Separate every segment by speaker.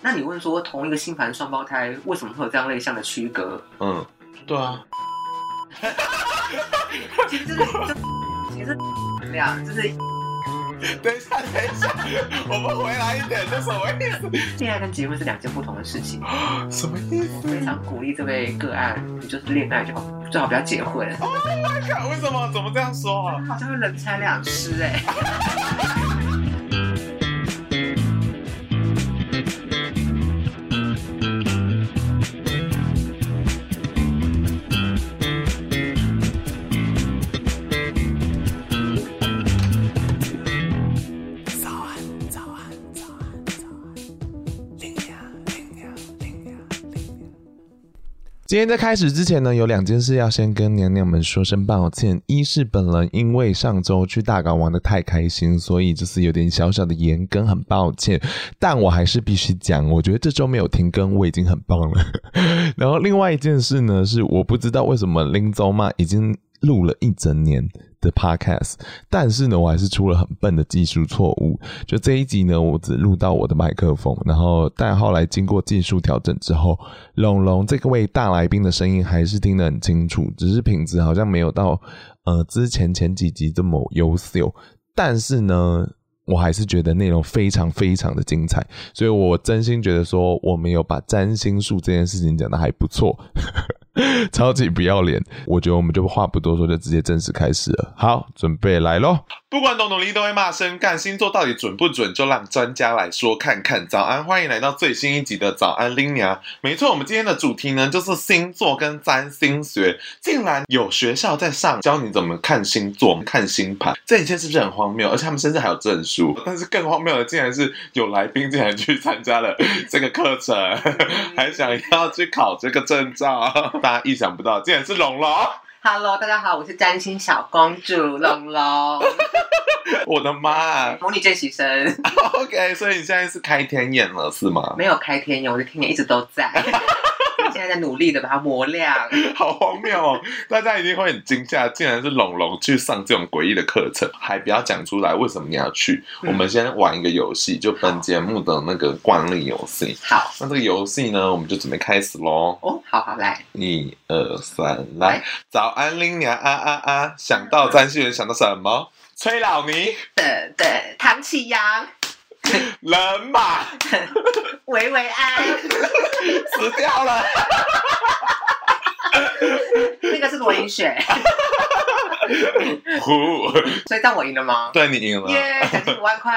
Speaker 1: 那你问说同一个星盘双胞胎为什么会有这样类像的区隔？
Speaker 2: 嗯，
Speaker 3: 对啊，
Speaker 1: 其实就是就其实这样，就是
Speaker 3: 等一下，等一下，我们回来一点，这什么意思？
Speaker 1: 恋爱跟结婚是两件不同的事情。
Speaker 3: 什么意
Speaker 1: 我
Speaker 3: 思？
Speaker 1: 非常鼓励这位个案，你就是恋爱就好，最好不要结婚，
Speaker 3: 看为什么？怎么这样说啊？
Speaker 1: 好像会人财两失哎、
Speaker 3: 早安，早安，早安，早安，零呀零呀零呀零呀。
Speaker 2: 今天在开始之前呢，有两件事要先跟娘娘们说声抱歉。一是本人因为上周去大港玩的太开心，所以就是有点小小的延更，很抱歉。但我还是必须讲，我觉得这周没有停更，我已经很棒了。 然后另外一件事呢，是我不知道为什么林总妈已经录了一整年的 podcast，但是呢，我还是出了很笨的技术错误。就这一集呢，我只录到我的麦克风，然后但后来经过技术调整之后，龙龙这位大来宾的声音还是听得很清楚，只是品质好像没有到呃之前前几集这么优秀。但是呢，我还是觉得内容非常非常的精彩，所以我真心觉得说我们有把占星术这件事情讲的还不错。 超级不要脸！我觉得我们就话不多说，就直接正式开始了。好，准备来喽！
Speaker 3: 不管懂懂力都会骂声，干星座到底准不准，就让专家来说看看。早安，欢迎来到最新一集的早安 l i n 没错，我们今天的主题呢就是星座跟占星学，竟然有学校在上教你怎么看星座、看星盘，这一切是不是很荒谬？而且他们甚至还有证书。但是更荒谬的，竟然是有来宾竟然去参加了这个课程， 还想要去考这个证照，大家意想不到，竟然是龙龙。
Speaker 1: Hello，大家好，我是占星小公主龙龙，
Speaker 3: 我的妈、 啊！
Speaker 1: 模拟见习生，
Speaker 3: OK，所以你现在是开天眼了是吗？
Speaker 1: 没有开天眼，我的天眼一直都在，现在在努力的把它磨亮。
Speaker 3: 好荒谬哦！大家一定会很惊吓，竟然是龙龙去上这种诡异的课程，还不要讲出来为什么你要去。
Speaker 1: 嗯
Speaker 3: 我们先玩一个游戏，就本节目的那个惯例游戏。
Speaker 1: 好，
Speaker 3: 那这个游戏呢，我们就准备开始喽！
Speaker 1: 哦，好好来，
Speaker 3: 一二三，
Speaker 1: 来
Speaker 3: 来！早安，林娘啊啊啊！想到张信元，想到什么？崔老尼、
Speaker 1: 等等，呃唐启阳，
Speaker 3: 人马
Speaker 1: 维维安，
Speaker 3: 死掉了。
Speaker 1: 那个是罗银雪，
Speaker 3: 呼，
Speaker 1: 所以当我赢了吗？
Speaker 3: 对你赢了。
Speaker 1: 耶，奖金五万 块。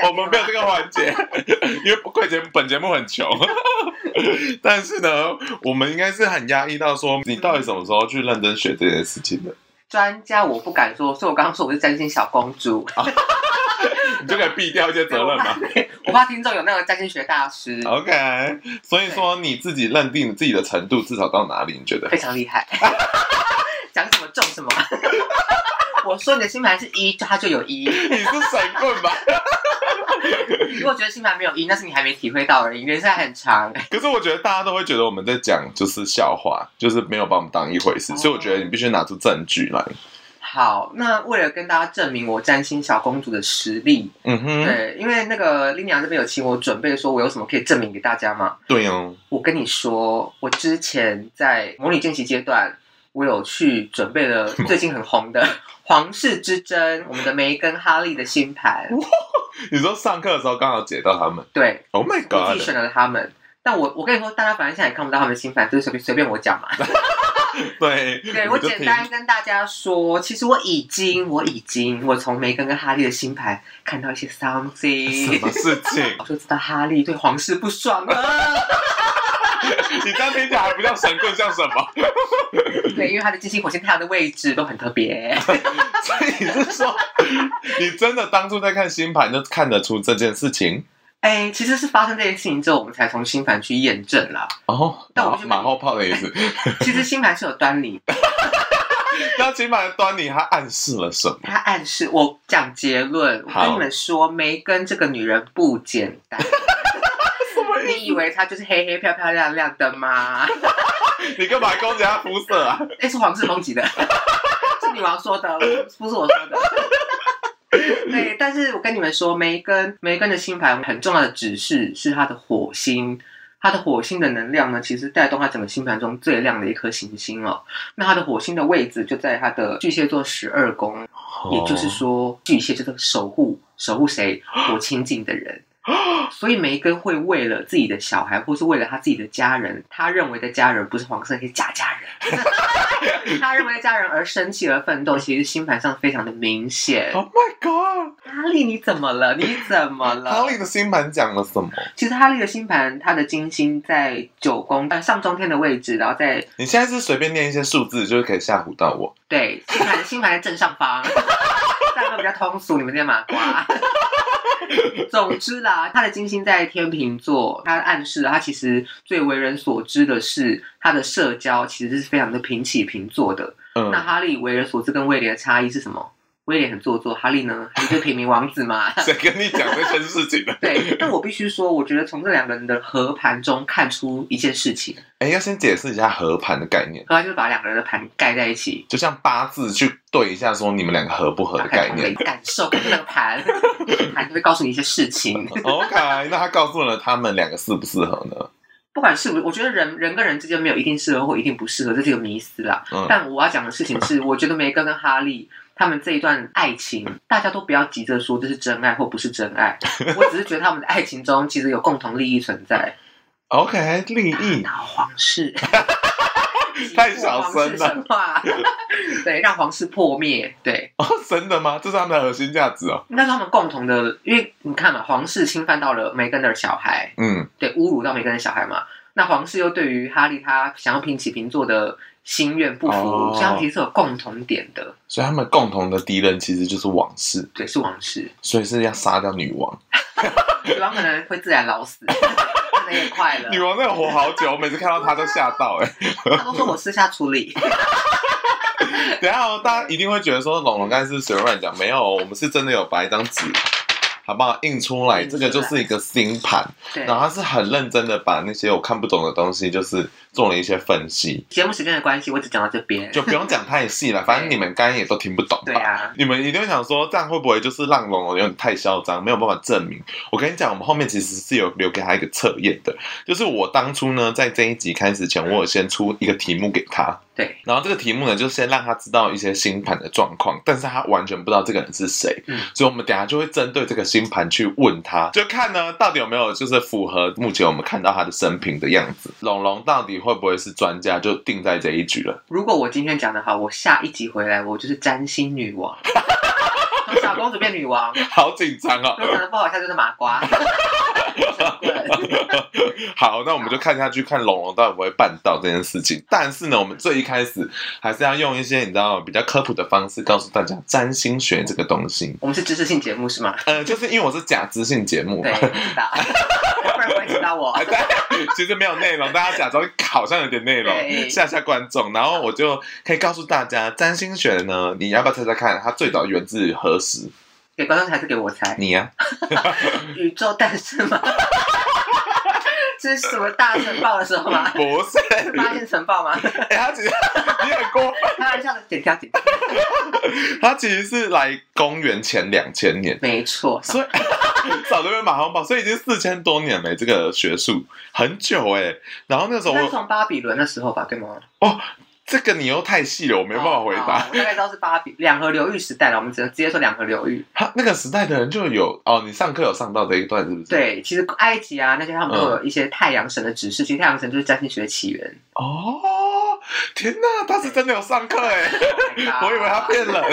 Speaker 3: 我们没有这个环节， 因为贵节目本节目很穷。 但是呢，我们应该是很压抑到说，你到底什么时候去认真学这件事情的？
Speaker 1: 专家，我不敢说，所以我刚刚说我是占星小公主，
Speaker 3: 你就可以避掉一些责任
Speaker 1: 啊
Speaker 3: 嘛。
Speaker 1: 我怕听众有那个占星学大师，
Speaker 3: OK，所以说你自己认定自己的程度至少到哪里？你觉 得
Speaker 1: 非？常厉害，讲什么中什么。 我说你的星盘是一，它就有一。
Speaker 3: 你是神棍吧？
Speaker 1: 如果觉得星盘没有一，那是你还没体会到而已，人生还很长。
Speaker 3: 可是我觉得大家都会觉得我们在讲就是笑话，就是没有把我们当一回事，
Speaker 1: 哦
Speaker 3: 所以我觉得你必须拿出证据来。
Speaker 1: 好，那为了跟大家证明我占星小公主的实力，
Speaker 3: 嗯哼，
Speaker 1: 对，因为那个丽娘这边有请我准备，说我有什么可以证明给大家吗？
Speaker 3: 对哦，
Speaker 1: 我跟你说，我之前在模拟见习阶段，我有去准备了最近很红的 《皇室之争》，我们的梅根哈利的星盘，
Speaker 3: 你说上课的时候刚好解到他们
Speaker 1: 对
Speaker 3: ，Oh my
Speaker 1: 我自
Speaker 3: God！
Speaker 1: 己选了他们。但我我跟你说，大家反正现在也看不到他们的星盘，就是随便随便我讲 嘛。
Speaker 3: 对，
Speaker 1: 对
Speaker 3: 你
Speaker 1: 我
Speaker 3: 就
Speaker 1: 简
Speaker 3: 听
Speaker 1: 单跟大家说，其实我已经我已经我从梅根跟哈利的星盘看到一些 something，
Speaker 3: 什么事情？
Speaker 1: 我就知道哈利对皇室不爽了。
Speaker 3: 你这样听起来还不像神棍，像什么？
Speaker 1: 对，因为他的金星、火星、太阳的位置都很特别。
Speaker 3: 所以你是说，你真的当初在看星盘就看得出这件事情？
Speaker 1: 哎、其实是发生这件事情之后，我们才从星盘去验证啦。
Speaker 3: 哦，
Speaker 1: 但我
Speaker 3: 马
Speaker 1: 就是
Speaker 3: 马后炮的意 思。
Speaker 1: 其实星盘是有端倪的，
Speaker 3: 那起码端倪它暗示了什么？
Speaker 1: 它暗示我讲结论。我
Speaker 3: 好
Speaker 1: 跟你们说，梅根这个女人不简单。你以为她就是黑黑漂漂亮亮的吗？
Speaker 3: 你干嘛攻击他肤 色啊？
Speaker 1: 哎、是皇室攻击的，是女王说的，不是我说的。对，但是我跟你们说，梅根梅根的星盘很重要的指示是他的火星，他的火星的能量呢，其实带动他整个星盘中最亮的一颗行星哦。那他的火星的位置就在他的巨蟹座十二宫，也
Speaker 3: 哦
Speaker 1: 就是说，巨蟹就是守护守护谁我亲近的 人。所以梅根会为了自己的小孩，或是为了他自己的家人，他认为的家人不是黄色，是假家 人，他认为的家人而生气而奋斗，其实星盘上非常的明显。
Speaker 3: ，Oh my God！
Speaker 1: 哈利，你怎么了？你怎么了？
Speaker 3: 哈利的星盘讲了什么？
Speaker 1: 其实哈利的星盘，他的金星在九宫呃上中天的位置，然后在
Speaker 3: 你现在是随便念一些数字，就是可以吓唬到我。
Speaker 1: 对星盘星盘在正上方，这样都比较通俗，你们这些麻瓜。 总之啦，他的金星在天秤座，他暗示他其实最为人所知的是他的社交其实是非常的平起平坐的。那
Speaker 3: 嗯，
Speaker 1: 哈利为人所知跟威廉的差异是什么？威廉很做作，哈利呢，他就是平民王子嘛。
Speaker 3: 谁跟你讲这件事 情的？
Speaker 1: 对，但我必须说，我觉得从这两个人的合盘中看出一件事情，
Speaker 3: 哎，要先解释一下合盘的概念，
Speaker 1: 合盘就是把两个人的盘盖在一起，
Speaker 3: 就像八字去对一下，说你们两个合不合
Speaker 1: 打
Speaker 3: 的
Speaker 1: 开
Speaker 3: 概
Speaker 1: 同
Speaker 3: 念
Speaker 1: 类。感受那个盘，盘就会告诉你一些事情。
Speaker 3: OK，那 他告诉了他们两个适不适合呢？
Speaker 1: 不管是不是，我觉得人人跟人之间没有一定适合或一定不适合，这是一个迷思啦。
Speaker 3: 嗯，
Speaker 1: 但我要讲的事情是，我觉得梅根跟哈利他们这一段爱情，大家都不要急着说这是真爱或不是真 爱。我只是觉得他们的爱情中其实有共同利益存在。
Speaker 3: OK，利益
Speaker 1: 打倒皇室，
Speaker 3: 嗯太小
Speaker 1: 急
Speaker 3: 声了
Speaker 1: 迫皇室神话， 对，让皇室破灭，对。
Speaker 3: 哦，真的吗？这是他们的核心价值哦。
Speaker 1: 那是他们共同的，因为你看嘛，皇室侵犯到了梅根的小孩，
Speaker 3: 嗯，
Speaker 1: 对，侮辱到梅根的小孩嘛。那皇室又对于哈利他想要平起平坐的心愿不服，
Speaker 3: 哦
Speaker 1: 所以他们其实是有共同点的，
Speaker 3: 所以他们共同的敌人其实就是王室，
Speaker 1: 对，是王室，
Speaker 3: 所以是要杀掉女王。
Speaker 1: 女王可能会自然老死， 可能也快了
Speaker 3: 女。王那个活好久，我每次看到她都吓到哎、
Speaker 1: 他都说我私下处理，
Speaker 3: 等一下、哦、大家一定会觉得说龙龙刚才是随便乱讲，没有，我们是真的有把一张纸，好不好印出来？
Speaker 1: 印
Speaker 3: 这
Speaker 1: 出
Speaker 3: 个
Speaker 1: 来
Speaker 3: 就是一个星盘，
Speaker 1: 对
Speaker 3: 然。后他是很认真的把那些我看不懂的东西，就是做了一些分析，
Speaker 1: 节目时间的关系，我只讲到这边。
Speaker 3: 就不用讲太细了，反正你们刚刚也都听不懂
Speaker 1: 对
Speaker 3: 吧。
Speaker 1: 啊，
Speaker 3: 你们一定会想说，这样会不会就是让龙龙有点太嚣张，没有办法证明？我跟你讲，我们后面其实是有留给他一个测验的，就是我当初呢，在这一集开始前，我有先出一个题目给他，
Speaker 1: 对，
Speaker 3: 然后这个题目呢，就先让他知道一些星盘的状况，但是他完全不知道这个人是谁，
Speaker 1: 嗯
Speaker 3: 所以我们等一下就会针对这个星盘去问他，就看呢到底有没有就是符合目前我们看到他的生平的样子。龙龙到底会不会是专家，就定在这一局了。
Speaker 1: 如果我今天讲的好，我下一集回来，我就是占星女王，从小公主变女王。
Speaker 3: 好紧张哦
Speaker 1: 如！果讲的不好，下就是麻瓜。对
Speaker 3: 好，那我们就看下去，看龙龙到底会不会办到这件事情。但是呢，我们最一开始还是要用一些你知道比较科普的方式告诉大家占星学这个东西。
Speaker 1: 我们是知识性节目是吗？
Speaker 3: 呃，就是因为我是假知性节目， 啊
Speaker 1: 对，不知道， 不然不会知道我。
Speaker 3: 其实没有内容，大家假装好像有点内容，
Speaker 1: 对
Speaker 3: 吓吓观众。然后我就可以告诉大家，占星学呢，你要不要猜猜看，它最早源自何时？
Speaker 1: 给观众猜是给我猜，
Speaker 3: 你啊呀、
Speaker 1: 宇宙诞生吗？ 这是什么大城堡的时候 吗？
Speaker 3: 不是，
Speaker 1: 是啊发现城堡吗？
Speaker 3: 哎、他其实 你很过分，
Speaker 1: 开玩笑的，剪掉剪掉。
Speaker 3: 他其实是来公元前两千年。
Speaker 1: 没错，
Speaker 3: 所以 早就被马航跑，所以已经四千多年没这个学术很久哎、然后那时候
Speaker 1: 那是
Speaker 3: 我
Speaker 1: 从巴比伦的时候吧，对吗？
Speaker 3: 这个你又太细了，我没办法回
Speaker 1: 哦
Speaker 3: 答
Speaker 1: 好。我大概知道是巴比两河流域时代了，我们只能直接说两河流域。
Speaker 3: 他那个时代的人就有哦，你上课有上到这一段是不是？
Speaker 1: 对，其实埃及啊那些他们都
Speaker 3: 嗯
Speaker 1: 有一些太阳神的指示，其实太阳神就是占星学的起源。
Speaker 3: 哦，天哪，他是真的有上课哎、
Speaker 1: 啊
Speaker 3: 我以为他变了。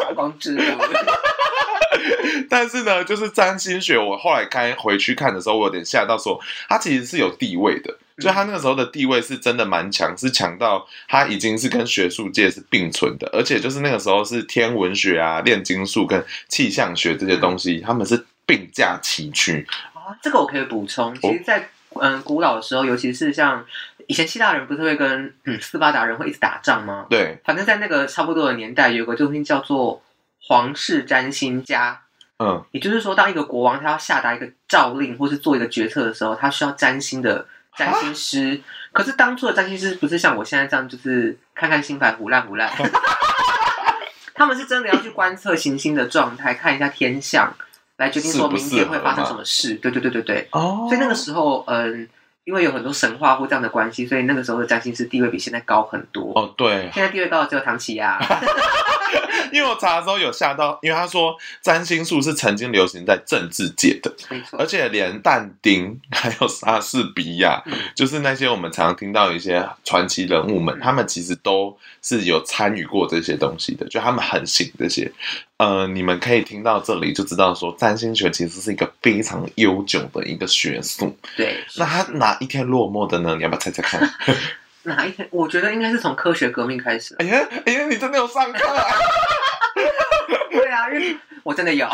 Speaker 1: 小公主。
Speaker 3: 但是呢，就是占星学，我后来看回去看的时候，我有点吓到说，他其实是有地位的，
Speaker 1: 嗯
Speaker 3: 就他那个时候的地位是真的蛮强，是强到他已经是跟学术界是并存的，而且就是那个时候是天文学啊、炼金术跟气象学这些东西，
Speaker 1: 嗯
Speaker 3: 他们是并驾齐驱。
Speaker 1: 啊，这个我可以补
Speaker 3: 哦
Speaker 1: 充，其实在，嗯古老的时候，尤其是像以前希腊人不是会跟嗯斯巴达人会一直打仗吗？
Speaker 3: 对，
Speaker 1: 反正在那个差不多的年代，有个东西叫做皇室占星家，
Speaker 3: 嗯，
Speaker 1: 也就是说，当一个国王他要下达一个诏令或是做一个决策的时候，他需要占星的占星师。可
Speaker 3: 哦
Speaker 1: 是当初的占星师不是像我现在这样，就是看看星盘胡乱胡乱。 他们是真的要去观测行星的状态，看一下天象，来决定说明天会发生什么事。对对对对对。
Speaker 3: 哦
Speaker 1: 所以那个时候，嗯，因为有很多神话或这样的关系，所以那个时候的占星师地位比现在高很多。
Speaker 3: 哦对，
Speaker 1: 现在地位高的只有唐琪亚。
Speaker 3: 因为我查的时候有吓到，因为他说占星术是曾经流行在政治界的，
Speaker 1: 没 错
Speaker 3: 而。且连但丁还有莎士比亚，
Speaker 1: 嗯
Speaker 3: 就是那些我们常听到一些传奇人物们，
Speaker 1: 嗯
Speaker 3: 他们其实都是有参与过这些东西的，就他们很醒这些。呃，你们可以听到这里就知道说，占星学其实是一个非常悠久的一个学术。
Speaker 1: 对，
Speaker 3: 那它哪一天落寞的呢？你要不要 猜猜看？
Speaker 1: 哪一天？我觉得应该是从科学革命开 始。
Speaker 3: 哎呀，哎呀，你真的有上课、啊？
Speaker 1: 对啊，因为我真的有。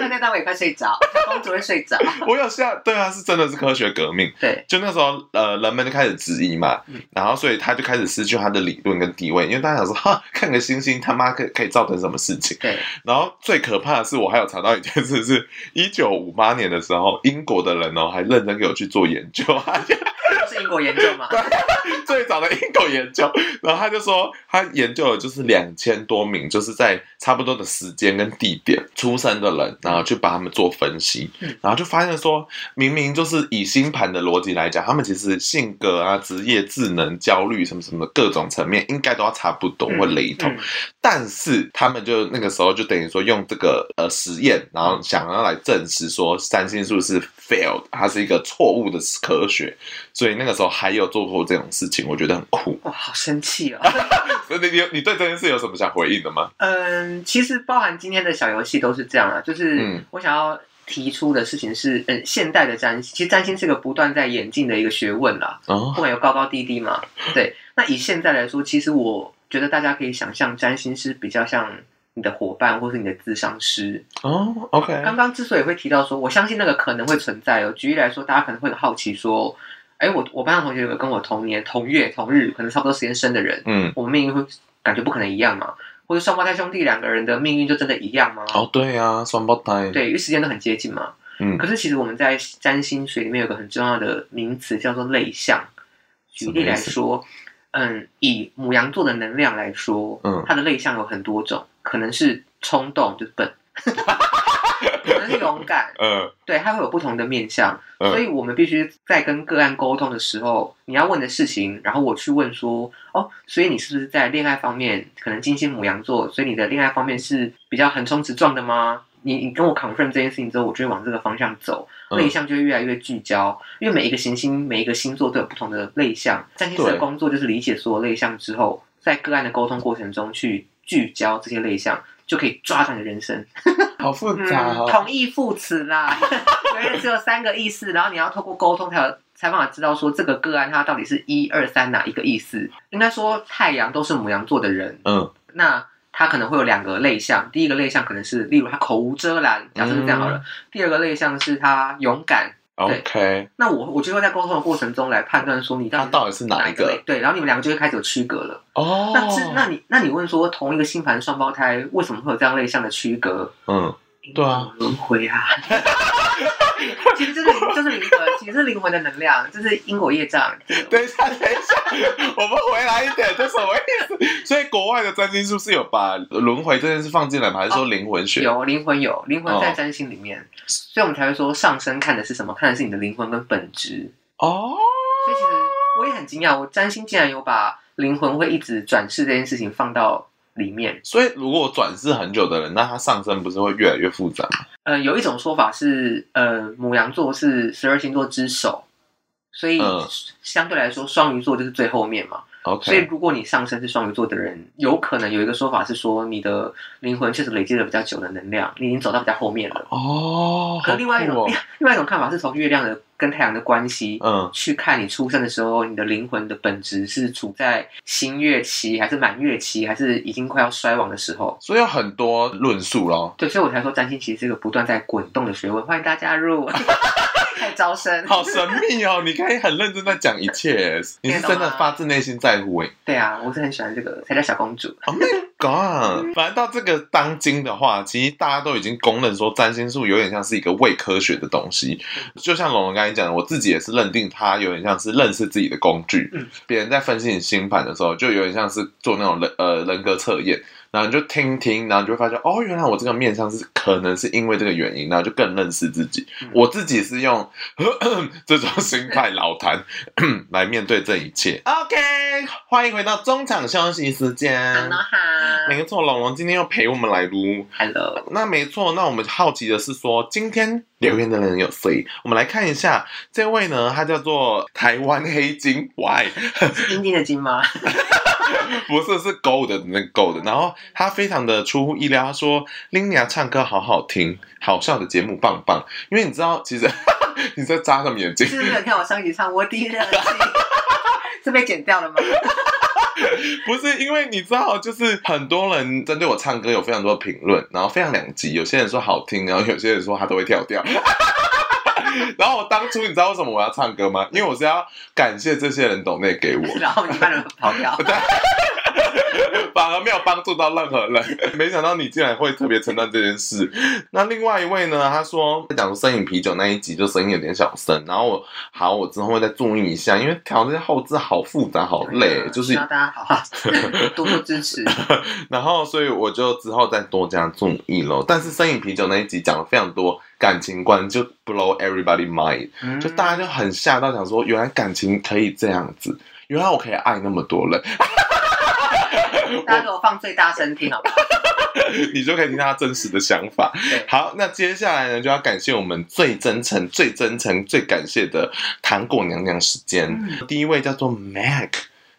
Speaker 1: 那天当我也快睡着，公主会睡 着。
Speaker 3: 我有下，对啊，是真的是科学革命。
Speaker 1: 对，
Speaker 3: 就那时候，呃，人们就开始质疑嘛，
Speaker 1: 嗯
Speaker 3: 然后所以他就开始失去他的理论跟地位，因为大家想说， 哈，看个星星他妈可可以造成什么事情？
Speaker 1: 对，
Speaker 3: 然后最可怕的是，我还有查到一件事，是一九五八年的时候，英国的人哦还认真给我去做研究，他就
Speaker 1: 就是英国研究嘛。
Speaker 3: 最早的英国研究，然后他就说他研究了就是两千多名，就是在差不多的时间跟地点出生的人，然后去把他们做分析
Speaker 1: 嗯，
Speaker 3: 然后就发现说，明明就是以星盘的逻辑来讲，他们其实性格啊、职业、智能、焦虑什么什么的各种层面，应该都要差不多或雷同，
Speaker 1: 嗯
Speaker 3: 但是他们就那个时候就等于说用这个呃实验，然后想要来证实说三星术是 failed，它是一个错误的科学，所以那个时候还有做过这种事情，我觉得很酷。
Speaker 1: 哇，好生气哦。
Speaker 3: 所以你你你对这件事有什么想回应的吗？
Speaker 1: 嗯，其实包含今天的小游戏都是这样啊，就是
Speaker 3: 嗯
Speaker 1: 我想要提出的事情是，嗯，现代的占星，其实占星是个不断在演进的一个学问啦，不
Speaker 3: 哦，
Speaker 1: 管有高高低低嘛。对，那以现在来说，其实我觉得大家可以想象，占星师比较像你的伙伴或是你的咨商师。
Speaker 3: 哦，OK，
Speaker 1: 刚刚之所以会提到说，我相信那个可能会存在哦。举例来说，大家可能会很好奇说，哎，我我班上同学有个跟我同年同月同日，可能差不多时间生的人，
Speaker 3: 嗯，
Speaker 1: 我们命运会感觉不可能一样嘛？或者双胞胎兄弟两个人的命运就真的一样吗？
Speaker 3: 哦，对啊，双胞胎，，
Speaker 1: 对，因为时间都很接近嘛。
Speaker 3: 嗯
Speaker 1: 可，是其实我们在占星学里面有个很重要的名词叫做类象。举例来说，嗯，以母羊座的能量来说，
Speaker 3: 嗯
Speaker 1: 它的类象有很多种，可能是冲动，就是笨。 可能是勇敢，
Speaker 3: 呃，
Speaker 1: 对，它会有不同的面向，
Speaker 3: 嗯
Speaker 1: 所以我们必须在跟个案沟通的时候，你要问的事情，然后我去问说，哦，所以你是不是在恋爱方面可能金星母羊座，所以你的恋爱方面是比较横冲直撞的吗？你你跟我 confirm 这件事情之后，我就会往这个方向走，
Speaker 3: 嗯
Speaker 1: 类项就会越来越聚焦，因为每一个行星、每一个星座都有不同的类项。占星师
Speaker 3: 对
Speaker 1: 的工作就是理解所有类项之后，在个案的沟通过程中去聚焦这些类项，就可以抓到你的人生。
Speaker 3: 好复杂
Speaker 1: 嗯，
Speaker 3: 哦，
Speaker 1: 同义副词啦， 因为只有三个意思，然后你要透过沟通才有才办法知道说这个个案它到底是一二三哪一个意思。应该说太阳都是母羊座的人，
Speaker 3: 嗯，
Speaker 1: 那他可能会有两个类项，第一个类项可能是例如他口无遮拦，假设是这样好了；第二个类项是他勇敢。
Speaker 3: 嗯，OK，
Speaker 1: 那我我就会在沟通的过程中来判断说你到
Speaker 3: 它
Speaker 1: 底
Speaker 3: 到底是哪一
Speaker 1: 一个类
Speaker 3: 个？
Speaker 1: 对，然后你们两个就会开始有区隔了。
Speaker 3: 哦，
Speaker 1: 那这那你那你问说同一个星盘双胞胎为什么会有这样类项的区隔？
Speaker 3: 嗯，对啊，
Speaker 1: 轮回啊。 其实这是灵，这是灵魂，其实是灵魂的能量，这是因果业障。
Speaker 3: 等一下，等一下，我们回来一点，这什么 意思？所以国外的占星术是有把轮回这件事放进来吗？还是说灵魂学？
Speaker 1: 有灵魂有灵魂在
Speaker 3: 哦
Speaker 1: 占星里面，所以我们才会说上升看的是什么？看的是你的灵魂跟本质。
Speaker 3: 哦，
Speaker 1: 所以其实我也很惊讶，我占星竟然有把灵魂会一直转世这件事情放到里面。
Speaker 3: 所以如果转世很久的人，那他上升不是会越来越复杂吗？
Speaker 1: 呃，有一种说法是，呃，母羊座是十二星座之首，所以
Speaker 3: 嗯
Speaker 1: 相对来说，双鱼座就是最后面嘛。所以，
Speaker 3: OK，
Speaker 1: 如果你上升是双鱼座的人，有可能有一个说法是说，你的灵魂确实累积了比较久的能量，你已经走到比较后面了。
Speaker 3: 哦，
Speaker 1: 可
Speaker 3: 好
Speaker 1: 另外一
Speaker 3: 酷
Speaker 1: 种、
Speaker 3: 哦
Speaker 1: 另外一种看法是从月亮的跟太阳的关系、
Speaker 3: 嗯，
Speaker 1: 去看你出生的时候，你的灵魂的本质是处在新月期，还是满月期，还是已经快要衰亡的时候。
Speaker 3: 所以有很多论述咯。
Speaker 1: 对，所以我才说占星其实是一个不断在滚动的学问，欢迎大家加入， 太招生。
Speaker 3: 好神秘哦！你可以很认真在讲一切，你是真的发自内心在乎哎。
Speaker 1: 对啊，我是很喜欢这个，才叫小公主。
Speaker 3: 哦，没有 god！反正到这个当今的话，其实大家都已经公认说占星术有点像是一个伪科学的东西。就像龙龙刚才讲的，我自己也是认定它有点像是认识自己的工具。
Speaker 1: 嗯
Speaker 3: 别人在分析你星盘的时候，就有点像是做那种人呃人格测验，然后你就听听，然后你就会发现哦，原来我这个面相是可能是因为这个原因，然后就更认识自己。
Speaker 1: 嗯
Speaker 3: 我自己是用 这种心态老谈 来面对这一切。OK，欢迎回到中场休息时间。
Speaker 1: 哈喽哈
Speaker 3: 没错，龙龙今天又陪我们来撸。
Speaker 1: ，Hello，
Speaker 3: 那没错，那我们好奇的是说，今天留言的人有谁？我们来看一下，这位呢，他叫做台湾黑金 Y，
Speaker 1: 是阴茎的茎吗？
Speaker 3: 不是是 gold 的那个 gold。然后他非常的出乎意料，他说 l i n a 唱歌好好听，好笑的节目棒棒。因为你知道，其实 你在扎什么眼睛？
Speaker 1: 是不是有看我上一集唱《我的热情》？是被剪掉了吗？
Speaker 3: 不是因为你知道，就是很多人针对我唱歌有非常多的评论，然后非常两极，有些人说好听，然后有些人说他都会跳调。 然后我当初你知道为什么我要唱歌吗？因为我是要感谢这些人懂内给我，
Speaker 1: 然后你把人跑掉，
Speaker 3: 反而没有帮助到任何人。没想到你竟然会特别承担这件事。那另外一位呢？他说在讲生饮啤酒那一集，就声音有点小声。然后我好，我之后会再注意一下，因为调这些后置好复杂，好累，就是
Speaker 1: 希望大家好好多多支持。
Speaker 3: 然后，所以我就之后再多加注意咯。但是《生饮啤酒》那一集讲了非常多感情观，就 blow everybody mind，
Speaker 1: 嗯
Speaker 3: 就大家就很吓到，想说原来感情可以这样子，原来我可以爱那么多人，
Speaker 1: 大家给我放最大声听，好不好？
Speaker 3: 你就可以听他真实的想法。
Speaker 1: 对，
Speaker 3: 好，那接下来呢，就要感谢我们最真诚、最真诚、最感谢的糖果娘娘时间。
Speaker 1: 嗯
Speaker 3: 第一位叫做 Mac，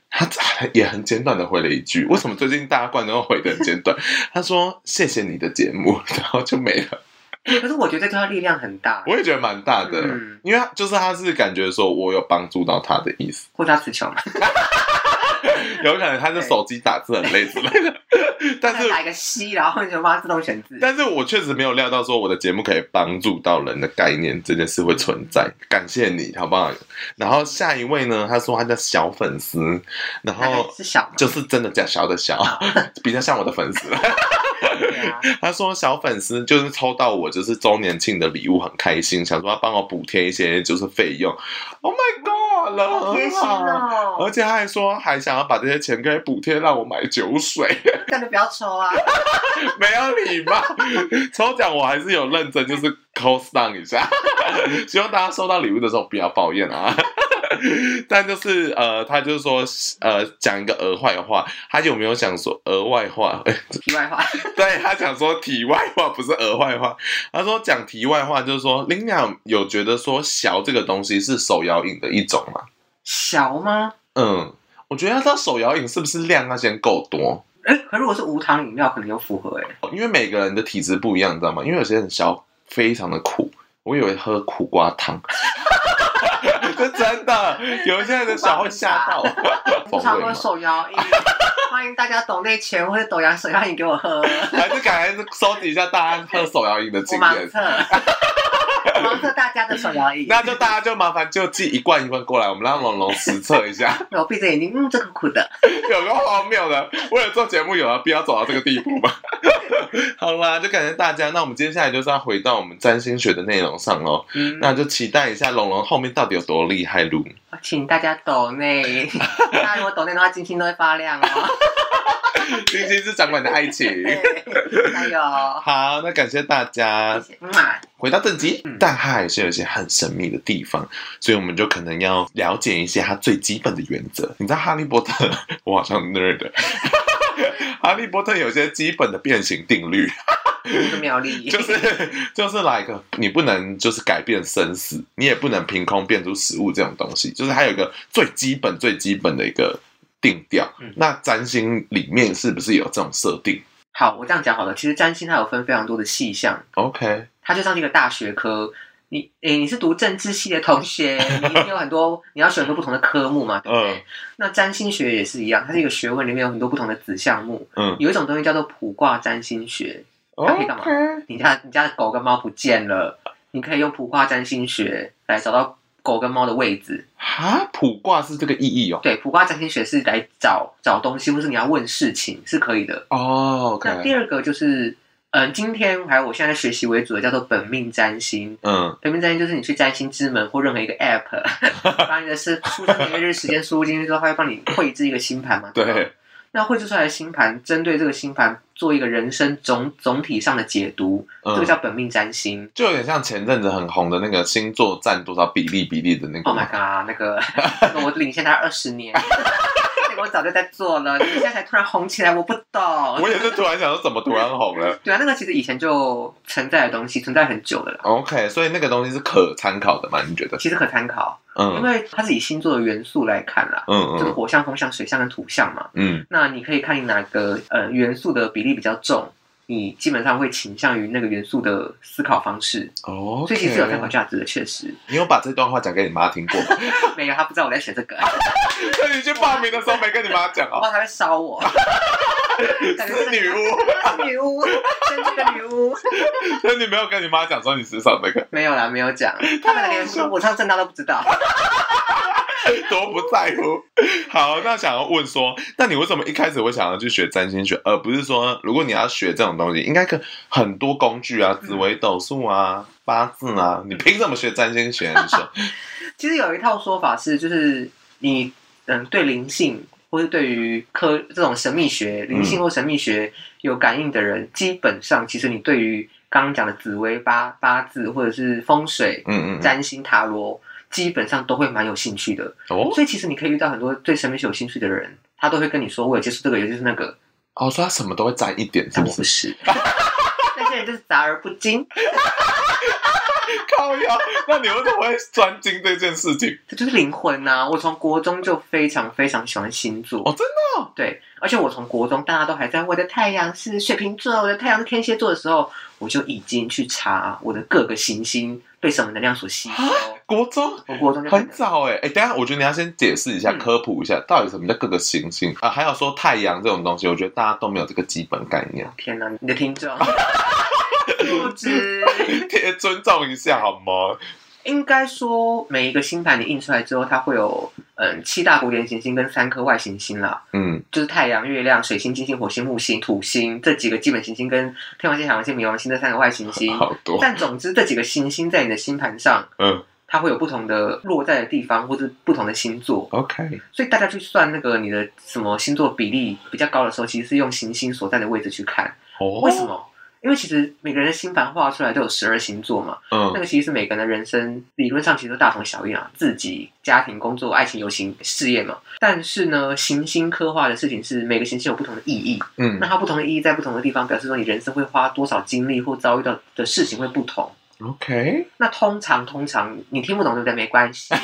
Speaker 3: 他也很简短的回了一句：“为什么最近大家观众都回的很简短？”他说：“谢谢你的节目。” 然后就没了。
Speaker 1: 可是我觉得对他力量很大，
Speaker 3: 我也觉得蛮大的，
Speaker 1: 嗯
Speaker 3: 因为他就是他是感觉说我有帮助到他的意思，
Speaker 1: 或者他词穷，
Speaker 3: 有可能他是手机打字很累之类的， 但是
Speaker 1: 打一个 C，然后你就帮他自动选字。
Speaker 3: 但是我确实没有料到说我的节目可以帮助到人的概念这件事会存在，感谢你，好不好？然后下一位呢，他说他叫小粉丝，然
Speaker 1: 大概
Speaker 3: 后
Speaker 1: 是小嘛，
Speaker 3: 就是真的假小的小， 比较像我的粉丝了。
Speaker 1: 对啊，
Speaker 3: 他说小粉丝就是抽到我就是周年庆的礼物很开心，想说要帮我补贴一些就是费用。Oh my god，人很
Speaker 1: 好贴心哦
Speaker 3: 而，且他还说还想要把这些钱可以补贴让我买酒水，
Speaker 1: 但就不要抽啊。
Speaker 3: 没有礼貌。抽奖我还是有认真，就是 cos down 一下，希望大家收到礼物的时候不要抱怨啊。但就是呃，他就是说呃，讲一个额外话，他有没有想说额外话？
Speaker 1: 题外话，
Speaker 3: 对他讲说题外话不是额外话，他说讲题外话就是说，林鸟有觉得说小这个东西是手摇饮的一种吗？
Speaker 1: 小吗？
Speaker 3: 嗯，我觉得它手摇饮是不是量要先够多？
Speaker 1: 哎，可如果是无糖饮料，可能有符合哎。
Speaker 3: 因为每个人的体质不一样，你知道吗？因为有些人小非常的苦，我以为喝苦瓜汤， 这真的有一些人的小会吓到，
Speaker 1: 通常
Speaker 3: 风味
Speaker 1: 都会
Speaker 3: 吗
Speaker 1: 手 摇饮，欢迎大家抖内钱或者抖羊手摇饮给我喝，我
Speaker 3: 还是赶来收集一下大家喝手摇饮的经验
Speaker 1: 盲。测，我盲测大家的手摇饮。
Speaker 3: 那就大家就麻烦就寄一罐一罐过来，我们让龙龙实测一下。
Speaker 1: 我闭着眼睛，嗯，这个苦的，
Speaker 3: 有个荒谬的，为了做节目，有了必要走到这个地步吗？ 好啦，就感谢大家。那我们接下来就是要回到我们占星学的内容上喽。
Speaker 1: 嗯，
Speaker 3: 那就期待一下龙龙后面到底有多厉害噜。
Speaker 1: 请大家抖 内，大家如果抖内的话，金星都会发亮哦。
Speaker 3: 星星是掌管你的爱情。
Speaker 1: 对加油！
Speaker 3: 好，那感谢大家。
Speaker 1: 谢谢，嗯啊嘛，
Speaker 3: 回到正题，但它还是有一些很神秘的地方，所以我们就可能要了解一些它最基本的原则。你知道《哈利波特》， 我好像 nerd。哈利波特有些基本的变形定律，
Speaker 1: 这个妙 丽，
Speaker 3: 就是就是来个，你不能就是改变生死，你也不能凭空变出食物这种东西，就是它有一个最基本最基本的一个定调。
Speaker 1: 嗯
Speaker 3: 那占星里面是不是有这种设定
Speaker 1: 好，我这样讲好了。其实占星它有分非常多的细项，
Speaker 3: ？OK，
Speaker 1: 它就像是一个大学科。你诶，你是读政治系的同学，你一定有很多你要选择不同的科目嘛，对不对？
Speaker 3: 嗯
Speaker 1: 那占星学也是一样，它是一个学问，里面有很多不同的子项目。
Speaker 3: 嗯
Speaker 1: 有一种东西叫做卜卦占星学，它可以干嘛
Speaker 3: ，OK，
Speaker 1: 你家你家的狗跟猫不见了，你可以用卜卦占星学来找到狗跟猫的位置。
Speaker 3: 哈，卜卦是这个意义哦。
Speaker 1: 对，卜卦占星学是来找找东西，或是你要问事情是可以的。
Speaker 3: 哦
Speaker 1: 那第
Speaker 3: ，OK，
Speaker 1: 二个就是，嗯、今天还有我现在在学习为主的叫做本命占星。
Speaker 3: 嗯，
Speaker 1: 本命占星就是你去占星之门或任何一个 App，把你的是出生年月日时间输入进去之后，它会帮你绘制一个星盘嘛？
Speaker 3: 对，
Speaker 1: 那绘制出来的星盘，针对这个星盘做一个人生总总体上的解读，这个
Speaker 3: 嗯，
Speaker 1: 叫本命占星。
Speaker 3: 就有点像前阵子很红的那个星座占多少比例比例的那个
Speaker 1: Oh my god，那 个那个我领先他二十年， 那个我早就在做了，你们现在才突然红起来，我不懂。
Speaker 3: 我也是突然想说，怎么突然红了
Speaker 1: 对啊，那个其实以前就存在的东西，存在很久了啦，
Speaker 3: ？OK，所以那个东西是可参考的嘛？你觉得？
Speaker 1: 其实可参考，因
Speaker 3: 嗯
Speaker 1: 为它是以星座的元素来看啦，
Speaker 3: 嗯
Speaker 1: 就是
Speaker 3: 嗯
Speaker 1: 火象、风象、水象跟土象嘛。
Speaker 3: 嗯，
Speaker 1: 那你可以看你哪个呃元素的比例比较重，你基本上会倾向于那个元素的思考方式，
Speaker 3: 哦，
Speaker 1: 所以其实有参考价值的，确实。
Speaker 3: 你有把这段话讲给你妈听过吗？
Speaker 1: 没有，他不知道我在学这个，
Speaker 3: 那你去报名的时候没跟你妈讲
Speaker 1: 我
Speaker 3: 啊？
Speaker 1: 怕他会烧 我。感觉
Speaker 3: 是女巫，
Speaker 1: 是女巫，真是个女巫。
Speaker 3: 那你没有跟你妈讲说你时尚那个，
Speaker 1: 没有啦，没有讲，他们连我唱正道都不知道。
Speaker 3: 多不在乎。好，那想要问说，那你为什么一开始会想要去学占星学，而不是说如果你要学这种东西，应该可很多工具啊，紫微斗数啊、八字啊，你凭什么学占星学？你说，
Speaker 1: 其实有一套说法是，就是你嗯对灵性或是对于科这种神秘学、
Speaker 3: 嗯
Speaker 1: 灵性或神秘学有感应的人，基本上其实你对于刚刚讲的紫薇八八字或者是风水、
Speaker 3: 嗯嗯嗯，
Speaker 1: 占星、塔罗，基本上都会蛮有兴趣的。
Speaker 3: 哦
Speaker 1: 所以其实你可以遇到很多对神秘学有兴趣的人，他都会跟你说，我有接触这个，有接触那个，
Speaker 3: 哦，所以他什么都会沾一点，是
Speaker 1: 但
Speaker 3: 不
Speaker 1: 我不
Speaker 3: 是？
Speaker 1: 是。那些人就是杂而不精，
Speaker 3: 靠呀，那你为什么会专精这件事情？
Speaker 1: 这就是灵魂呐、我从国中就非常非常喜欢星座，
Speaker 3: 哦真
Speaker 1: 的、对，而且我从国中大家都还在我的太阳是水瓶座，我的太阳是天蝎座的时候，我就已经去查我的各个行星被什么能量所吸收。
Speaker 3: 国中
Speaker 1: 我国中就开始
Speaker 3: 啊很早哎、欸、哎、等一下，我觉得你要先解释一下、
Speaker 1: 嗯
Speaker 3: 科普一下，到底什么叫各个行星啊？还有说太阳这种东西，我觉得大家都没有这个基本概念，
Speaker 1: 天哪，你的听众 不知。
Speaker 3: 贴尊重一下好吗？
Speaker 1: 应该说，每一个星盘你印出来之后，它会有嗯七大古典行星跟三颗外行星啦。
Speaker 3: 嗯，
Speaker 1: 就是太阳、月亮、水星、金星、火星、木星、土星这几个基本行星，跟天王星、海王星、冥王星这三个外行星。
Speaker 3: 好多，
Speaker 1: 但总之，这几个行星在你的星盘上，
Speaker 3: 嗯
Speaker 1: 它会有不同的落在的地方，或是不同的星座。
Speaker 3: ，OK，
Speaker 1: 所以大家去算那个你的什么星座比例比较高的时候，其实是用行星所在的位置去看。
Speaker 3: 哦，
Speaker 1: 为什？么？因为其实每个人的星盘画出来都有十二星座嘛，那
Speaker 3: 嗯，
Speaker 1: 个其实是每个人的人生理论上其实都大同小异啊，自己、家庭、工作、爱情、友情、事业嘛。但是呢，行星刻画的事情是每个行星有不同的意义，那
Speaker 3: 嗯
Speaker 1: 它不同的意义在不同的地方，表示说你人生会花多少精力或遭遇到的事情会不同。
Speaker 3: ，OK，
Speaker 1: 那通常通常你听不懂对不对？没关系，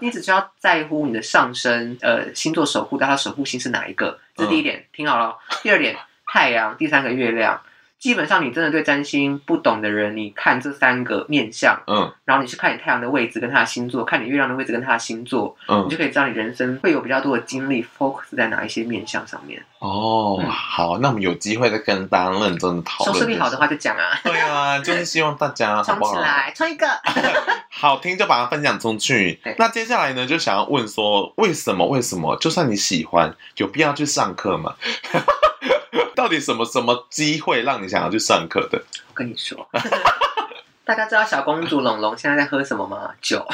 Speaker 1: 你只需要在乎你的上升，呃，星座守护到它守护星是哪一个，这是第一点，听好了。哦第二点，太阳，第三个月亮。基本上，你真的对占星不懂的人，你看这三个面相，
Speaker 3: 嗯
Speaker 1: 然后你去看你太阳的位置跟它的星座，看你月亮的位置跟它的星座，你
Speaker 3: 嗯，
Speaker 1: 就可以知道你人生会有比较多的精力 focus 在哪一些面相上面。
Speaker 3: 哦，
Speaker 1: 嗯
Speaker 3: 好，那我们有机会再跟大家认真的讨
Speaker 1: 收
Speaker 3: 论。
Speaker 1: 视率好的话，就讲啊，
Speaker 3: 对啊，就是希望大家 好啊
Speaker 1: 冲
Speaker 3: 不好
Speaker 1: 起？来，冲一个。
Speaker 3: 好听就把它分享出去
Speaker 1: 对。
Speaker 3: 那接下来呢，就想要问说，为什么？为什么？就算你喜欢，有必要去上课吗？ 到底什么什么机会让你想要去上课的？
Speaker 1: 我跟你说， 大家知道小公主龙龙现在在喝什么吗？酒。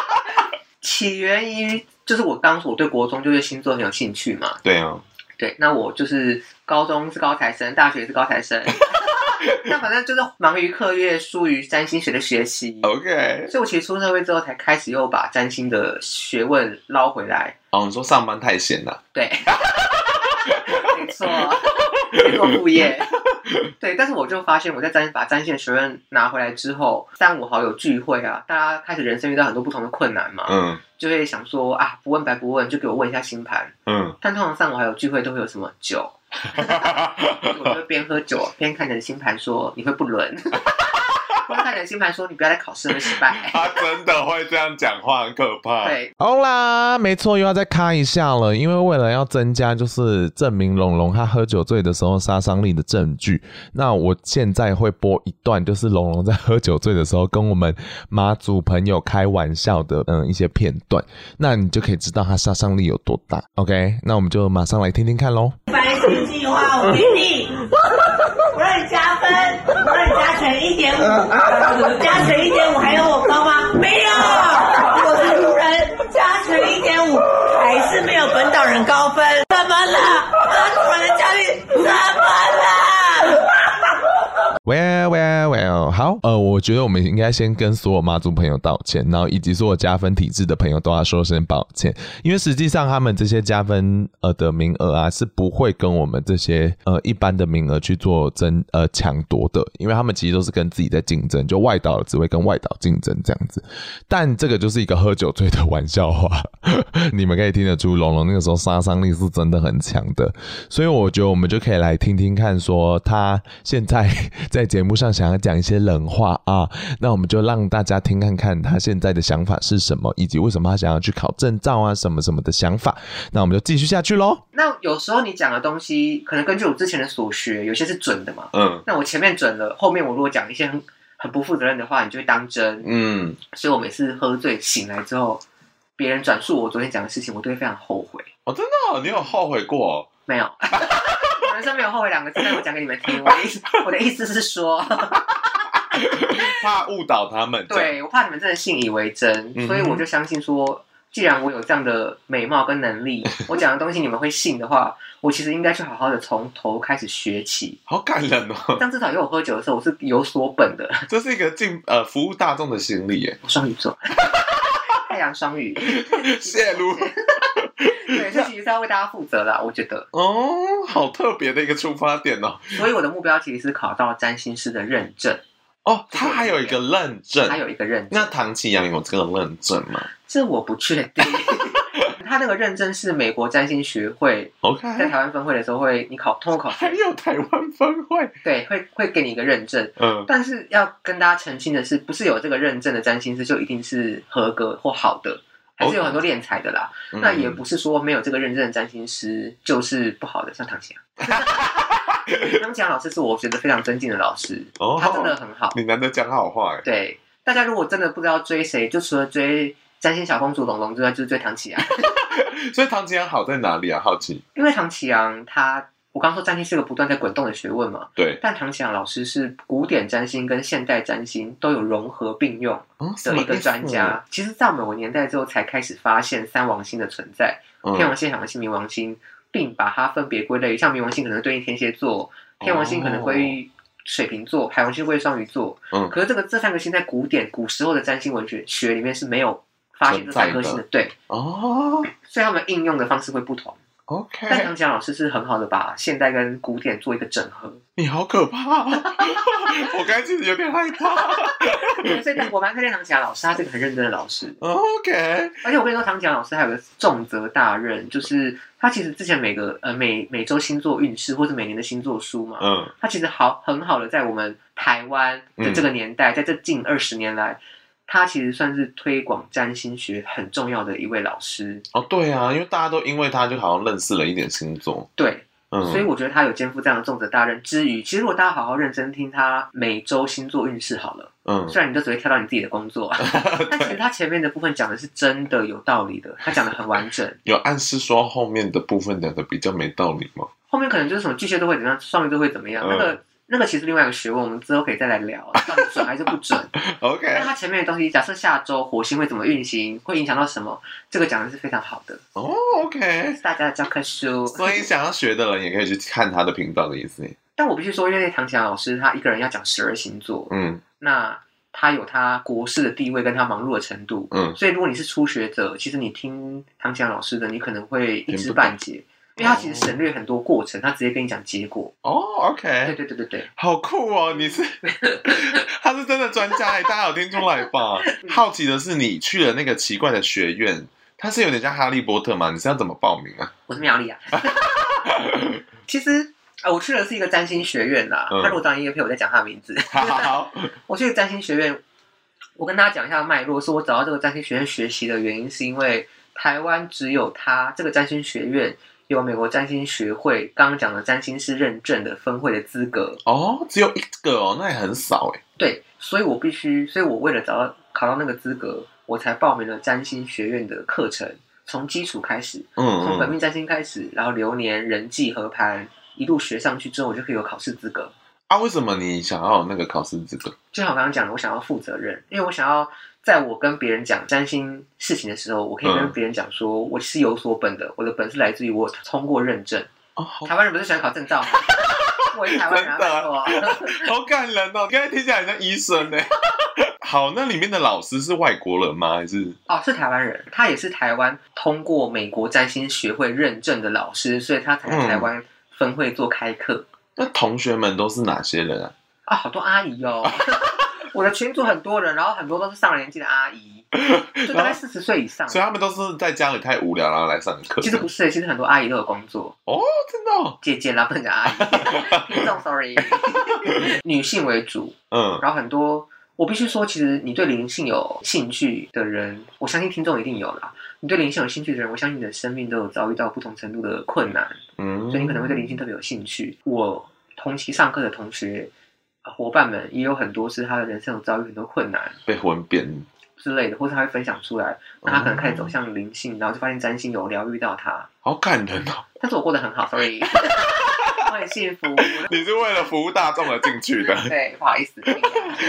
Speaker 1: 起源于就是我刚说我对国中就对星座很有兴趣嘛，
Speaker 3: 对啊，
Speaker 1: 对，那我就是高中是高材生，大学也是高材生， 那反正就是忙于课业，疏于占星学的学习。
Speaker 3: OK，
Speaker 1: 所以我其实出社会之后才开始又把占星的学问捞回来。
Speaker 3: 哦，你说上班太闲了、
Speaker 1: 对，没错，去做副业。对，但是我就发现我在占把占星的学问拿回来之后，三五好友聚会啊，大家开始人生遇到很多不同的困难嘛，
Speaker 3: 嗯
Speaker 1: 就会想说啊，不问白不问，就给我问一下星盘。
Speaker 3: 嗯，
Speaker 1: 但通常三五好友聚会都会有什么酒，我就会边喝酒边看着星盘说你会不伦。帮大家的星盘说你不要再考试了，会失 败。
Speaker 3: 他真的会这样讲话，很可怕。
Speaker 1: 对，
Speaker 2: 好啦，没错，又要再咔一下了，因为为了要增加就是证明龙龙他喝酒醉的时候杀伤力的证据，那我现在会播一段，就是龙龙在喝酒醉的时候跟我们马祖朋友开玩笑的，嗯，一些片段，那你就可以知道他杀伤力有多大。OK，那我们就马上来听听看喽。
Speaker 4: 白金计划啊我给你，我让你加分，我让你加成一点五，加成一点五还有我高吗？没有，我是路人，加成一点五还是没有本岛人高分，怎么了？阿主人的教育怎么了？
Speaker 2: Well, well, well，好，呃，我觉得我们应该先跟所有妈祖朋友道歉，然后以及所有加分体制的朋友都要说声抱歉，因为实际上他们这些加分呃的名额啊是不会跟我们这些呃一般的名额去做争呃抢夺的，因为他们其实都是跟自己在竞争，就外岛只会跟外岛竞争这样子。但这个就是一个喝酒醉的玩笑话， 你们可以听得出龙龙那个时候杀伤力是真的很强的，所以我觉得我们就可以来听听看，说他现在 在节目上想要讲一些冷话啊，那我们就让大家听看看他现在的想法是什么，以及为什么他想要去考证照啊什么什么的想法。那我们就继续下去喽。
Speaker 1: 那有时候你讲的东西，可能根据我之前的所学，有些是准的嘛。
Speaker 3: 嗯
Speaker 1: 那我前面准了，后面我如果讲一些很很不负责任的话，你就会当真。
Speaker 3: 嗯，
Speaker 1: 所以我每次喝醉醒来之后，别人转述我昨天讲的事情，我都会非常后悔。
Speaker 3: 我、真的、哦，你有后悔过、
Speaker 1: 没有， 我人生没有后悔两个字，但我讲给你们听。我的意思，我的意思是 说，
Speaker 3: 怕误导他们。这样，
Speaker 1: 对我怕你们真的信以为真，
Speaker 3: 嗯哼
Speaker 1: 所以我就相信说，既然我有这样的美貌跟能 力，我讲的东西你们会信的话，我其实应该去好好的从头开始学起。
Speaker 3: 好感人哦
Speaker 1: 这，样至少有我喝酒的时候，我是有所本的。
Speaker 3: 这是一个进呃服务大众的心理耶，
Speaker 1: 我双鱼座， 太阳双鱼，
Speaker 3: 泄露
Speaker 1: 对，所以其实是要为大家负责啦，我觉得。
Speaker 3: 哦，好特别的一个出发点哦。
Speaker 1: 所以我的目标其实是考到占星师的认证，
Speaker 3: 哦，他还有一个认证，
Speaker 1: 还有一个认证，
Speaker 3: 那唐启阳有这个认证吗
Speaker 1: 这我不确 定。他那个认证是美国占星学会
Speaker 3: ？OK，
Speaker 1: 在台湾分会的时候会，你考通过考
Speaker 3: 还
Speaker 1: 试，
Speaker 3: 有台湾分会，
Speaker 1: 对，会会给你一个认证。
Speaker 3: 嗯
Speaker 1: 但是要跟大家澄清的是，不是有这个认证的占星师就一定是合格或好的，还是有很多敛财的啦。
Speaker 3: 嗯
Speaker 1: 那也不是说没有这个认证的占星师就是不好的，像唐启阳。 唐启阳老师是我觉得非常尊敬的老师，
Speaker 3: 哦，
Speaker 1: 他真的很好。
Speaker 3: 你难得讲好话哎，
Speaker 1: 对，大家如果真的不知道追谁，就除了追占星小公主龙龙之外，就是追唐启阳，
Speaker 3: 所以唐启阳好在哪里啊？好奇，
Speaker 1: 因为唐启阳他。我刚说占星是个不断在滚动的学问嘛，
Speaker 3: 对，
Speaker 1: 但唐启阳老师是古典占星跟现代占星都有融合并用
Speaker 3: 哦，什
Speaker 1: 的
Speaker 3: 么
Speaker 1: 一个
Speaker 3: 意思
Speaker 1: 专，家。其实，在我们年代之后才开始发现三王星的存在，天
Speaker 3: 嗯，
Speaker 1: 王星、海王星、冥王星，并把它分别归类，像冥王星可能对应天蝎
Speaker 3: 哦
Speaker 1: 座，天王星可能归于水瓶座，海王星归于双鱼座。
Speaker 3: 嗯
Speaker 1: 可是这个这三个星在古典古时候的占星文学学里面是没有发现这三颗星的，对，
Speaker 3: 哦
Speaker 1: 所以他们应用的方式会不 同。但
Speaker 3: ，OK，
Speaker 1: 唐强老师是很好的把现代跟古典做一个整 合，
Speaker 3: 你好可怕哦， 我刚才其实有点害怕。
Speaker 1: 所以我蛮推荐唐强老师，他是个很认真的老师。
Speaker 3: OK，
Speaker 1: 而且我跟你说，唐强老师还有个重责大任，就是他其实之前每个呃每每周星座运势或者每年的星座书嘛，
Speaker 3: 嗯，
Speaker 1: 他其实好很好的在我们台湾的这个年
Speaker 3: 嗯
Speaker 1: 代，在这近二十年来，他其实算是推广占星学很重要的一位老师。
Speaker 3: 哦，对啊，因为大家都因为他就好像认识了一点星座，
Speaker 1: 对，
Speaker 3: 嗯，
Speaker 1: 所以我觉得他有肩负这样的重责大任之余，其实如果大家好好认真听他每周星座运势好了，
Speaker 3: 嗯，
Speaker 1: 虽然你就只会跳到你自己的工 作，但其实他前面的部分讲的是真的有道理的，他讲的很完 整。
Speaker 3: 有暗示说后面的部分讲的比较没道理吗？
Speaker 1: 后面可能就是什么巨蟹座会怎么样，双鱼座会怎么样，
Speaker 3: 嗯
Speaker 1: 那个那个其实另外一个学问，我们之后可以再来聊，到底准还是不准。
Speaker 3: OK，
Speaker 1: 那它前面的东西，假设下周火星会怎么运行，会影响到什么，这个讲的是非常好的，
Speaker 3: 哦，OK，
Speaker 1: 是大家的教科书。
Speaker 3: 所以想要学的人也可以去看他的频道的意思。
Speaker 1: 但我必须说，因为唐强老师他一个人要讲十二星座，
Speaker 3: 嗯
Speaker 1: 那他有他国师的地位跟他忙碌的程度，
Speaker 3: 嗯，
Speaker 1: 所以如果你是初学者，其实你听唐强老师的，你可能会一知半解，因为他其实省略很多过程，他直接跟你讲结果。
Speaker 3: 哦
Speaker 1: 对
Speaker 3: ，OK，
Speaker 1: 对对对对，
Speaker 3: 好酷哦！你是他是真的专家哎，大家有听出来吧？
Speaker 1: 嗯
Speaker 3: 好奇的是，你去了那个奇怪的学院，它 是有点像哈利波特嘛？你是要怎么报名啊？
Speaker 1: 我是妙丽啊。其实啊，我去的是一个占星学院啦。
Speaker 3: 嗯
Speaker 1: 他如果当音乐配，我再讲他的名字。
Speaker 3: 好，
Speaker 1: 我去占星学院，我跟大家讲一下脉络，是我找到这个占星学院学习的原因，是因为台湾只有它这个占星学院有美国占星学会刚刚讲的占星师认证的分会的资格，
Speaker 3: 哦，只有一个哦，那也很少哎。
Speaker 1: 对，所以我必须，所以我为了找到考到那个资格，我才报名了占星学院的课程，从基础开始，从
Speaker 3: 嗯
Speaker 1: 本
Speaker 3: 嗯，
Speaker 1: 命占星开始，然后流年、人际、合盘一路学上去之后，我就可以有考试资格。
Speaker 3: 啊，为什么你想要有那个考试资格？
Speaker 1: 就像我刚刚讲的，我想要负责任，因为我想要在我跟别人讲占星事情的时候，我可以跟
Speaker 3: 嗯
Speaker 1: 别人讲说，我是有所本的，我的本是来自于我通过认证。
Speaker 3: 哦，好
Speaker 1: 台湾人不是喜欢考证照吗？ 我是台湾人啊，
Speaker 3: 真的
Speaker 1: 没错啊
Speaker 3: 好感人哦！刚才听起来很像医生呢。 好，那里面的老师是外国人吗？还是
Speaker 1: 哦，是台湾人，他也是台湾通过美国占星学会认证的老师，所以他才
Speaker 3: 嗯
Speaker 1: 在台湾分会做开课
Speaker 3: 那同学们都是哪些人啊？
Speaker 1: 啊，好多阿姨哦。 我的群组很多人，然后很多都是上了年纪的阿姨，就大概四十岁以上。
Speaker 3: 所以他们都是在家里太无聊，然后来上课。
Speaker 1: 嗯其实不是，其实很多阿姨都有工作。
Speaker 3: 哦，真的、哦，
Speaker 1: 姐姐啦，不能讲阿姨，听众 sorry，女性为主，
Speaker 3: 嗯，
Speaker 1: 然后很多。我必须说，其实你对灵性有兴趣的人，我相信听众一定有啦。你对灵性有兴趣的人，我相信你的生命都有遭遇到不同程度的困难，
Speaker 3: 嗯，
Speaker 1: 所以你可能会对灵性特别有兴趣。我同期上课的同学、伙伴们也有很多是他的人生有遭遇很多困难
Speaker 3: 被混扁，
Speaker 1: 之类的，或者他会分享出来，那他可能开始走向灵性，然后就发现占星有疗愈到他。
Speaker 3: 好感人哦！
Speaker 1: 但是我过得很好，sorry，我很幸福，我的，
Speaker 3: 你是为了服务大众而进去 的
Speaker 1: 对，不好意思，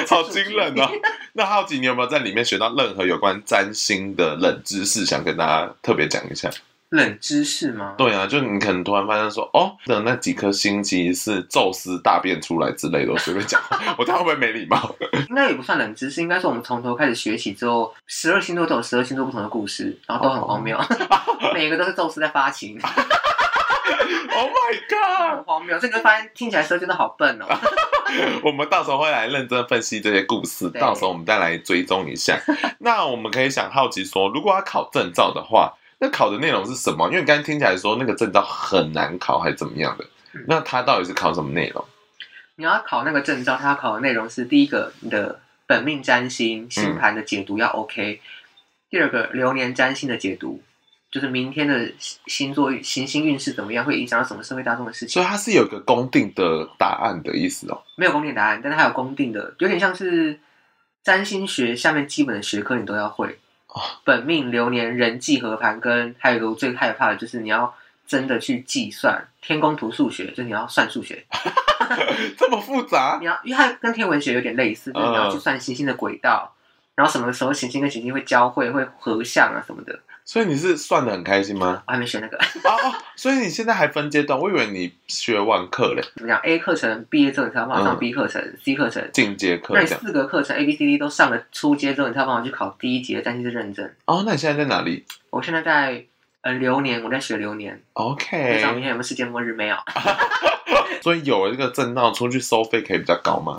Speaker 3: 好惊人 哦！那好奇你有没有在里面学到任何有关占星的冷知识，想跟大家特别讲一下？
Speaker 1: 冷知识吗？
Speaker 3: 对啊，就你可能突然发现说，哦，的那几颗星其实是宙斯大便出来之类的，我随便 讲，我这样会不会没礼貌？
Speaker 1: 应该也不算冷知识，应该是我们从头开始学习之后，十二星座都有十二星座不同的故事，然后都很荒谬，
Speaker 3: 哦
Speaker 1: 每个都是宙斯在发 情，
Speaker 3: Oh my
Speaker 1: 很荒谬。这个发现听起来十二星座好笨哦。
Speaker 3: god！我 们到时候会来认真分析这些故事，
Speaker 1: 对
Speaker 3: 到时候我们再来追踪 一下。那我们可以想好奇说，如果要考证照的话，那考的内容是什么？因为你刚才听起来说那个证照很难考，还是怎么样的
Speaker 1: 嗯？
Speaker 3: 那它到底是考什么内容？
Speaker 1: 你要考那个证照，它要考的内容是：第一个，你的本命占星星盘的解读要 OK；、第二个，流年占星的解读，就是明天的星座运行星运势怎么样，会影响到什么社会大众的事情
Speaker 3: 所以。它是有个公定的答案的意思哦。
Speaker 1: 没有公定答案，但它有公定的，有点像是占星学下面基本的学科你都要会。
Speaker 3: 哦
Speaker 1: 本命、流年、人际合盘跟还有一个我最害怕的就是你要真的去计算天宫图数学，就是你要算数学，
Speaker 3: 这么复杂
Speaker 1: 你？要因为它跟天文学有点类似，就是你要
Speaker 3: 嗯
Speaker 1: 去算行星的轨道，然后什么时候行星跟行星会交汇、会合相啊什么的。
Speaker 3: 所以你是算的很开心吗？
Speaker 1: 我还没学那个，
Speaker 3: 哦哦，所以你现在还分阶段，我以为你学完课嘞，
Speaker 1: 怎么讲？A 课程毕业之后你才要马上
Speaker 3: 嗯
Speaker 1: B 课程、C 课程。
Speaker 3: 进阶课
Speaker 1: 那你
Speaker 3: 这样。
Speaker 1: 四个课程 A、B、C、D 都上了初阶之后，你才有办法去考第一级的占星师认证。
Speaker 3: 哦，那你现在在哪里
Speaker 1: 我现在在呃流年，我在学流年。不知道明
Speaker 3: ？OK，
Speaker 1: 天有没有世界末日？没有。
Speaker 3: 所以有了这个证照，出去收费可以比较高吗？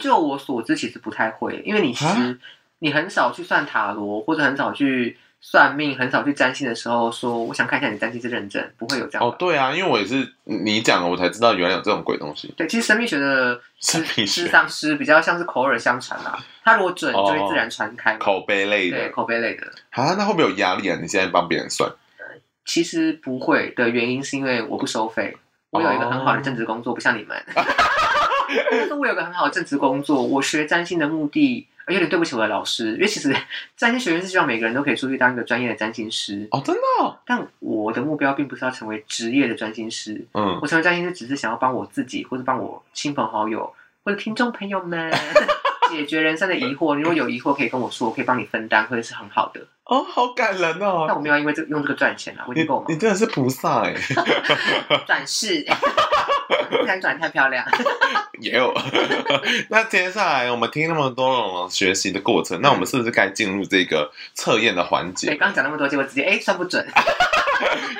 Speaker 1: 就我所知，其实不太会，因为你其实
Speaker 3: 啊
Speaker 1: 你很少去算塔罗，或者很少去算命，很少去占星的时候说我想看一下你占星师认证，不会有这样
Speaker 3: 哦
Speaker 1: 吧。，
Speaker 3: 对啊，因为我也是你讲了，我才知道原来有这种鬼东西。
Speaker 1: 对，其实神秘学的
Speaker 3: 神秘学
Speaker 1: 智商师比较像是口耳相传啦、他如果准就
Speaker 3: 哦
Speaker 1: 会自然传开嘛。
Speaker 3: 口碑类
Speaker 1: 对
Speaker 3: 的
Speaker 1: 口碑类的，
Speaker 3: 啊，那会不会有压力啊？你现在帮别人算，
Speaker 1: 其实不会的原因是因为我不收费，我有一个很好的
Speaker 3: 哦
Speaker 1: 正职工作，不像你们。 但是我有一个很好的正职工作，我学占星的目的，呃有点对不起我的老师，因为其实 占星学院是希望每个人都可以出去当一个专业的占星师，
Speaker 3: 哦，真的哦，
Speaker 1: 但我的目标并不是要成为职业的占星师，
Speaker 3: 嗯，
Speaker 1: 我成为占星师只是想要帮我自己，或者帮我亲朋好友，或者听众朋友们 解决人生的疑惑。如果有疑惑可以跟我说，我可以帮你分担，或者是很好的。
Speaker 3: 哦，好感人
Speaker 1: 但
Speaker 3: 哦，
Speaker 1: 我没有要因为这用这个赚钱啊，我已
Speaker 3: 你
Speaker 1: 经够忙了
Speaker 3: 你。真的是菩萨哎，
Speaker 1: 转世， 不想转太漂亮。
Speaker 3: 也有。 那接下来我们听那么多龙龙学习的过程，那我们是不是该进入这个测验的环节
Speaker 1: 对，？刚讲那么多，结果直接哎、算不 准，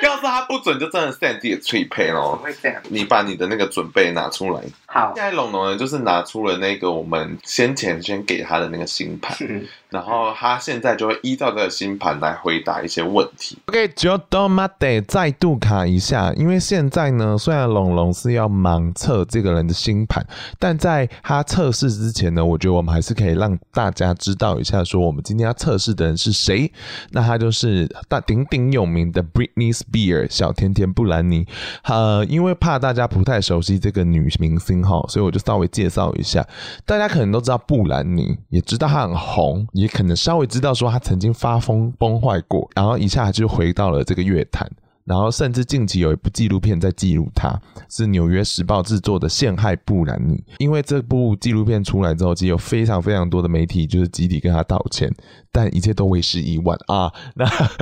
Speaker 3: 要是他不准，就真的 Sandy 也脆配
Speaker 1: 怎么
Speaker 3: 咯。
Speaker 1: 会这样？
Speaker 3: 你把你的那个准备拿出来。
Speaker 1: 好
Speaker 3: 现，在龙龙呢，就是拿出了那个我们先前先给他的那个星盘，
Speaker 1: 嗯
Speaker 5: 然后他现在就会依照这个星盘来回答一些问题。
Speaker 3: OK，就都妈得再度卡一下，因为现在呢，虽然龙龙是要盲测这个人的星盘，但在他测试之前呢，我觉得我们还是可以让大家知道一下，说我们今天要测试的人是谁。那他就是大鼎鼎有名的 Britney Spears 小甜甜布兰妮。呃，因为怕大家不太熟悉这个女明星哈，所以我就稍微介绍一下。大家可能都知道布兰妮，也知道她很红，也可能稍微知道说她曾经发疯崩坏过，然后一下就回到了这个乐坛。然后甚至近期有一部纪录片在记录她，是《纽约时报》制作的《陷害布兰妮》。因为这部纪录片出来之后，其实有非常非常多的媒体就是集体跟她道歉，但一切都为时已晚啊。那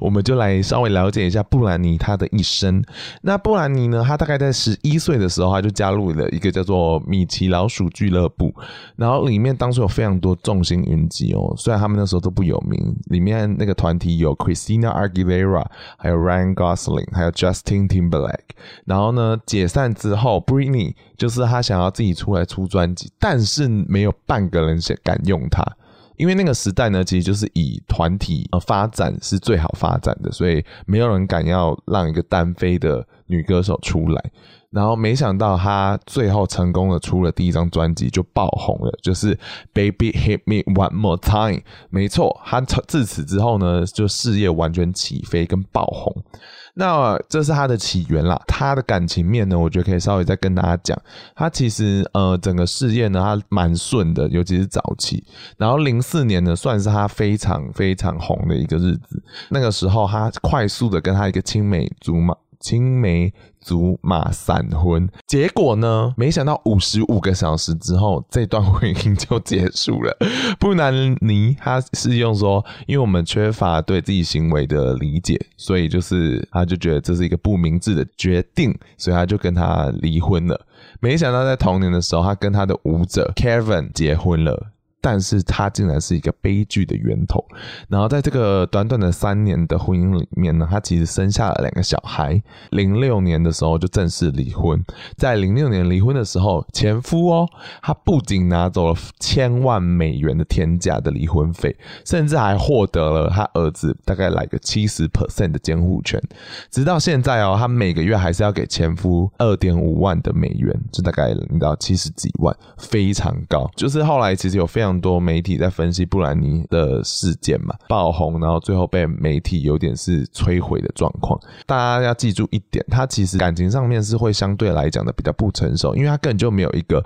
Speaker 3: 我们就来稍微了解一下布兰妮她的一生。那布兰妮呢，她大概在十一岁的时候，她就加入了一个叫做米奇老鼠俱乐部，然后里面当时有非常多众星云集哦，虽然他们那时候都不有名，里面那个团体有 Christina Aguilera，还有 Ryan Gosling，还有 Justin Timberlake。然后呢，解散之后，Britney 就是她想要自己出来出专辑，但是没有半个人想敢用她。因为那个时代呢，其实就是以团体呃发展是最好发展的，所以没有人敢要让一个单飞的女歌手出来。然后没想到她最后成功的出了第一张专辑就爆红了，就是《Baby Hit Me One More Time》。没错，她自此之后呢，就事业完全起飞跟爆红。那这是她的起源啦，她的感情面呢，我觉得可以稍微再跟大家讲。她其实呃整个事业呢，她蛮顺的，尤其是早期。然后零四年呢，算是她非常非常红的一个日子。那个时候，她快速的跟她一个青梅竹马。青梅竹马闪婚，结果呢？没想到五十五个小时之后，这段婚姻就结束了。布兰妮她是用说，因为我们缺乏对自己行为的理解，所以就是她就觉得这是一个不明智的决定，所以她就跟他离婚了。没想到在同年的时候，她跟她的舞者 Kevin 结婚了。但是它竟然是一个悲剧的源头。然后在这个短短的三年的婚姻里面呢，她其实生下了两个小孩。零六年的时候就正式离婚。在零六年离婚的时候，前夫哦，他不仅拿走了千万美元的天价的离婚费，甚至还获得了他儿子大概来个七十 percent 的监护权。直到现在哦，她每个月还是要给前夫二点五万的美元，就大概你知道七十几万，非常高。就是后来其实有非常。常多媒体在分析布兰妮的事件嘛，爆红，然后最后被媒体有点是摧毁的状况。大家要记住一点，她其实感情上面是会相对来讲的比较不成熟，因为她根本就没有一个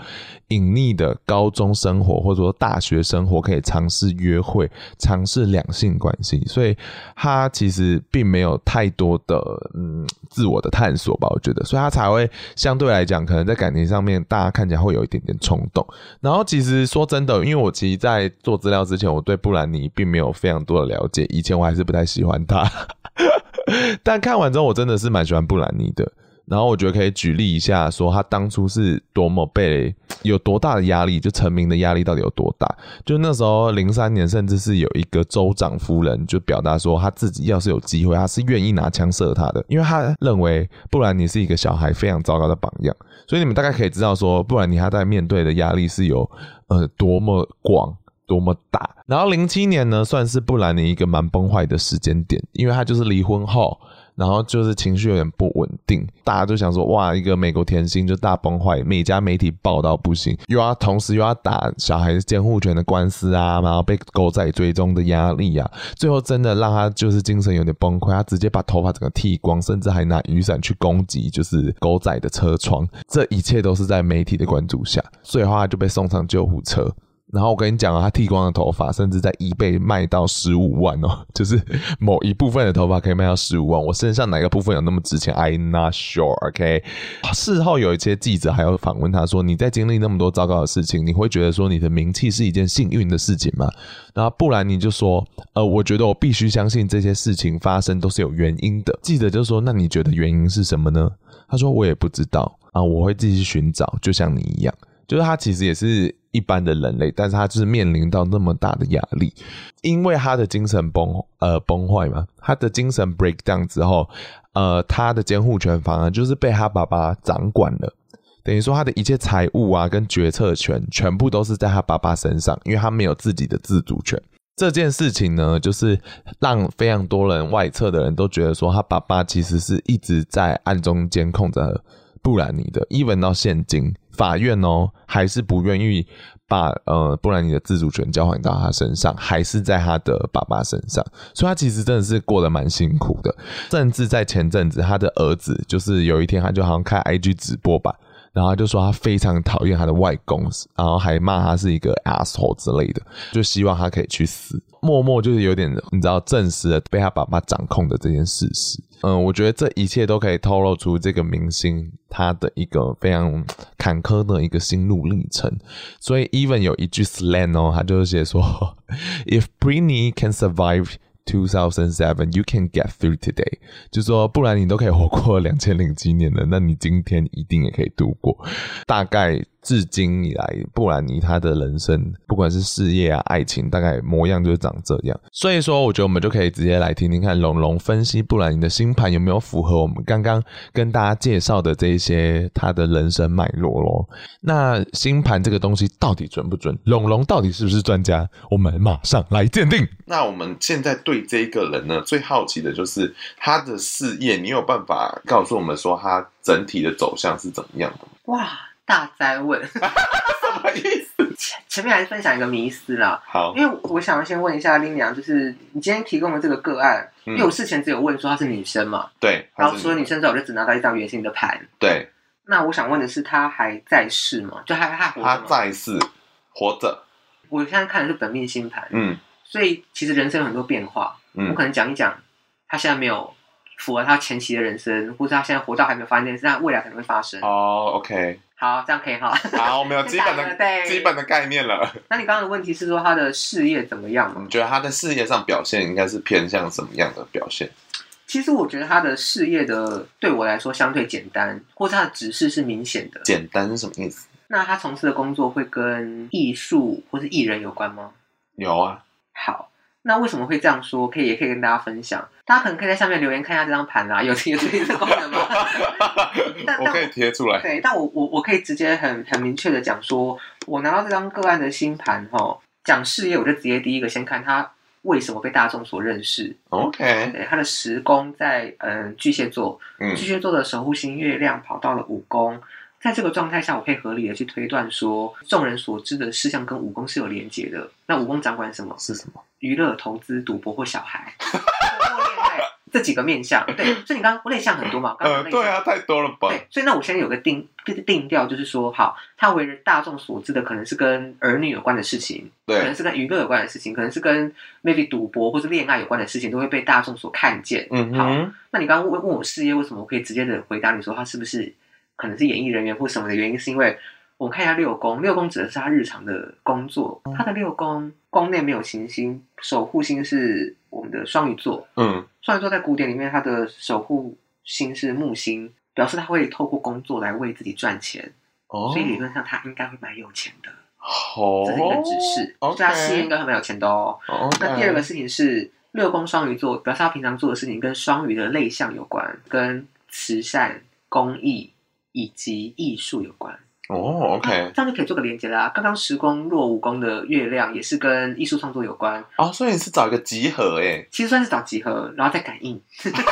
Speaker 3: 隐匿的高中生活或者说大学生活可以尝试约会、尝试两性关系，所以她其实并没有太多的嗯自我的探索嗯吧，我觉得，所以她才会相对来讲，可能在感情上面大家看起来会有一点点冲动。然后其实说真的，因为我。其实，在做资料之前，我对布兰妮并没有非常多的了解。以前我还是不太喜欢她， 但看完之后，我真的是蛮喜欢布兰妮的。然后我觉得可以举例一下，说她当初是多么被有多大的压力，就成名的压力到底有多大？就那时候零三年，甚至是有一个州长夫人就表达说，她自己要是有机会，她是愿意拿枪射他的，因为她认为布兰妮是一个小孩非常糟糕的榜样。所以你们大概可以知道说，布兰妮她在面对的压力是有呃多么广。多么大！然后零七年呢，算是布兰妮一个蛮崩坏的时间点，因为她就是离婚后，然后就是情绪有点不稳定，大家就想说，哇，一个美国甜心就大崩坏，每家媒体报道不行，又要同时又要打小孩监护权的官司啊，然后被狗仔追踪的压力啊，最后真的让她就是精神有点崩溃，她直接把头发整个剃光，甚至还拿雨伞去攻击就是狗仔的车窗，这一切都是在媒体的关注下，最后她就被送上救护车。然后我跟你讲啊，他剃光了头发，甚至在 eBay 卖到十五万哦， 就是某一部分的头发可以卖到十五万。我身上哪个部分有那么值钱？I'm not sure。OK，事后有一些记者还要访问他说：“你在经历那么多糟糕的事情，你会觉得说你的名气是一件幸运的事情吗？”然后不然你就说：“呃，我觉得我必须相信这些事情发生都是有原因的。”记者就说：“那你觉得原因是什么呢？”他说：“我也不知道啊，我会继续寻找，就像你一样。”就是他其实也是。一般的人类，但是他就是面临到那么大的压力，因为他的精神崩呃崩坏嘛，他的精神 breakdown 之后，呃，他的监护权反而就是被他爸爸掌管了，等于说他的一切财务啊跟决策权全部都是在他爸爸身上，因为他没有自己的自主权。
Speaker 2: 这件事情呢，就是让非常多人外侧的人都觉得说，他爸爸其实是一直在暗中监控着布兰妮的，even 到现今，法院哦还是不愿意把呃布兰妮的自主权交还到他身上，还是在他的爸爸身上，所以他其实真的是过得蛮辛苦的。甚至在前阵子，他的儿子就是有一天，他就好像开 IG 直播吧，然后他就说他非常讨厌他的外公，然后还骂他是一个 asshole 之类的，就希望他可以去死。默默就是有点你知道证实了被他爸爸掌控的这件事实。嗯，我觉得这一切都可以透露出这个明星他的一个非常坎坷的一个心路历程。所以 even 有一句 slang 哦，他就是写说 ，If Britney can survive。2007, you can get through today，就说不然你都可以活过两千零七年了，那你今天一定也可以度过。大概至今以来，布兰妮她的人生，不管是事业啊、爱情，大概模样就是长这样。所以说，我觉得我们就可以直接来听听看龙龙分析布兰妮的星盘有没有符合我们刚刚跟大家介绍的这一些她的人生脉络咯。那星盘这个东西到底准不准？龙龙到底是不是专家？我们马上来鉴定。
Speaker 3: 那我们现在对这个人呢，最好奇的就是他的事业，你有办法告诉我们说他整体的走向是怎么样的吗？
Speaker 1: 哇，大灾问！
Speaker 3: 什么意思？
Speaker 1: 前前面还是分享一个迷思啦，
Speaker 3: 好，
Speaker 1: 因为我想要先问一下林娘，就是你今天提供的这个个案，
Speaker 3: 嗯
Speaker 1: 因为我事前只有问说她是女生嘛，
Speaker 3: 对，
Speaker 1: 然
Speaker 3: 他
Speaker 1: 后
Speaker 3: 是
Speaker 1: 除了女生之后，我就只拿到一张圆形的盘。
Speaker 3: 对，
Speaker 1: 那我想问的是，她还在世吗？就她她还活
Speaker 3: 他
Speaker 1: 着吗？
Speaker 3: 在世活着，
Speaker 1: 我现在看的是本命星盘，
Speaker 3: 嗯
Speaker 1: 所以其实人生有很多变化。我
Speaker 3: 嗯
Speaker 1: 可能讲一讲，她现在没有符合她前期的人生，或是她现在活到还没有发生这件事，但未来可能会发生。
Speaker 3: 哦，OK，
Speaker 1: 好，这样可以哈。
Speaker 3: 好，我们有基本
Speaker 1: 先打一个
Speaker 3: 的
Speaker 1: 对
Speaker 3: 基本的概念了。
Speaker 1: 那你刚刚的问题是说她的事业怎么样吗
Speaker 3: 你？觉得他在事业上表现应该是偏向什么样的表现？
Speaker 1: 其实我觉得他的事业的对我来说相对简单，或是他的指示是明显的。
Speaker 3: 简单是什么意思？
Speaker 1: 那他从事的工作会跟艺术或是艺人有关吗？
Speaker 3: 有啊，
Speaker 1: 好，那为什么会这样说？可以也可以跟大家分享，大家可能可以在下面留言看一下这张盘啦，啊有有这个功能 吗？但
Speaker 3: 我可以贴出来。
Speaker 1: 对，但我我我可以直接很很明确的讲说，我拿到这张个案的星盘哈，讲事业我就直接第一个先看他为什么被大众所认识。
Speaker 3: OK，
Speaker 1: 对，他的时宫在嗯巨蟹座，
Speaker 3: 嗯
Speaker 1: 巨蟹座的守护星月亮跑到了五宫，在这个状态下，我可以合理的去推断说，众人所知的事项跟五宫是有连结的。那五宫掌管什么？
Speaker 3: 是什么？
Speaker 1: 娱乐、投资、赌博或小孩， 或恋爱这几个面向。对，所以你刚刚我内向很多嘛，刚刚
Speaker 3: 呃，
Speaker 1: 内向
Speaker 3: 对啊，。太多了吧？
Speaker 1: 对，所以那我现在有个定定调，就是说，好，他为人大众所知的，可能是跟儿女有关的事情，可能
Speaker 3: 对，
Speaker 1: 是跟娱乐有关的事情，可能是跟 maybe 赌博或是恋爱有关的事情，都会被大众所看见。
Speaker 3: 嗯
Speaker 1: 好
Speaker 3: 哼，
Speaker 1: 那你刚刚问问我事业为什么，我可以直接的回答你说他是不是可能是演艺人员或什么的原因，是因为我们看一下六宫，六宫指的是他日常的工作，他的六宫宫内没有行星，守护星是我们的双鱼座，
Speaker 3: 嗯，
Speaker 1: 双鱼座在古典里面它的守护星是木星，表示他会透过工作来为自己赚钱，
Speaker 3: 哦
Speaker 1: 所以理论上他应该会蛮有钱的，
Speaker 3: 好，
Speaker 1: 这是一个指示，所以
Speaker 3: OK，嗯
Speaker 1: 他事业应该会蛮有钱的哦。
Speaker 3: OK
Speaker 1: 那第二个事情是六宫双鱼座，表示他平常做的事情跟双鱼的类项有关，跟慈善、公益以及艺术有关。
Speaker 3: 哦
Speaker 1: 那
Speaker 3: ，OK，
Speaker 1: 这样就可以做个连接啦。刚刚十宫落五宫的月亮也是跟艺术创作有关，
Speaker 3: 哦，所以你是找一个集合欸诶，
Speaker 1: 其实算是找集合，然后再感 应。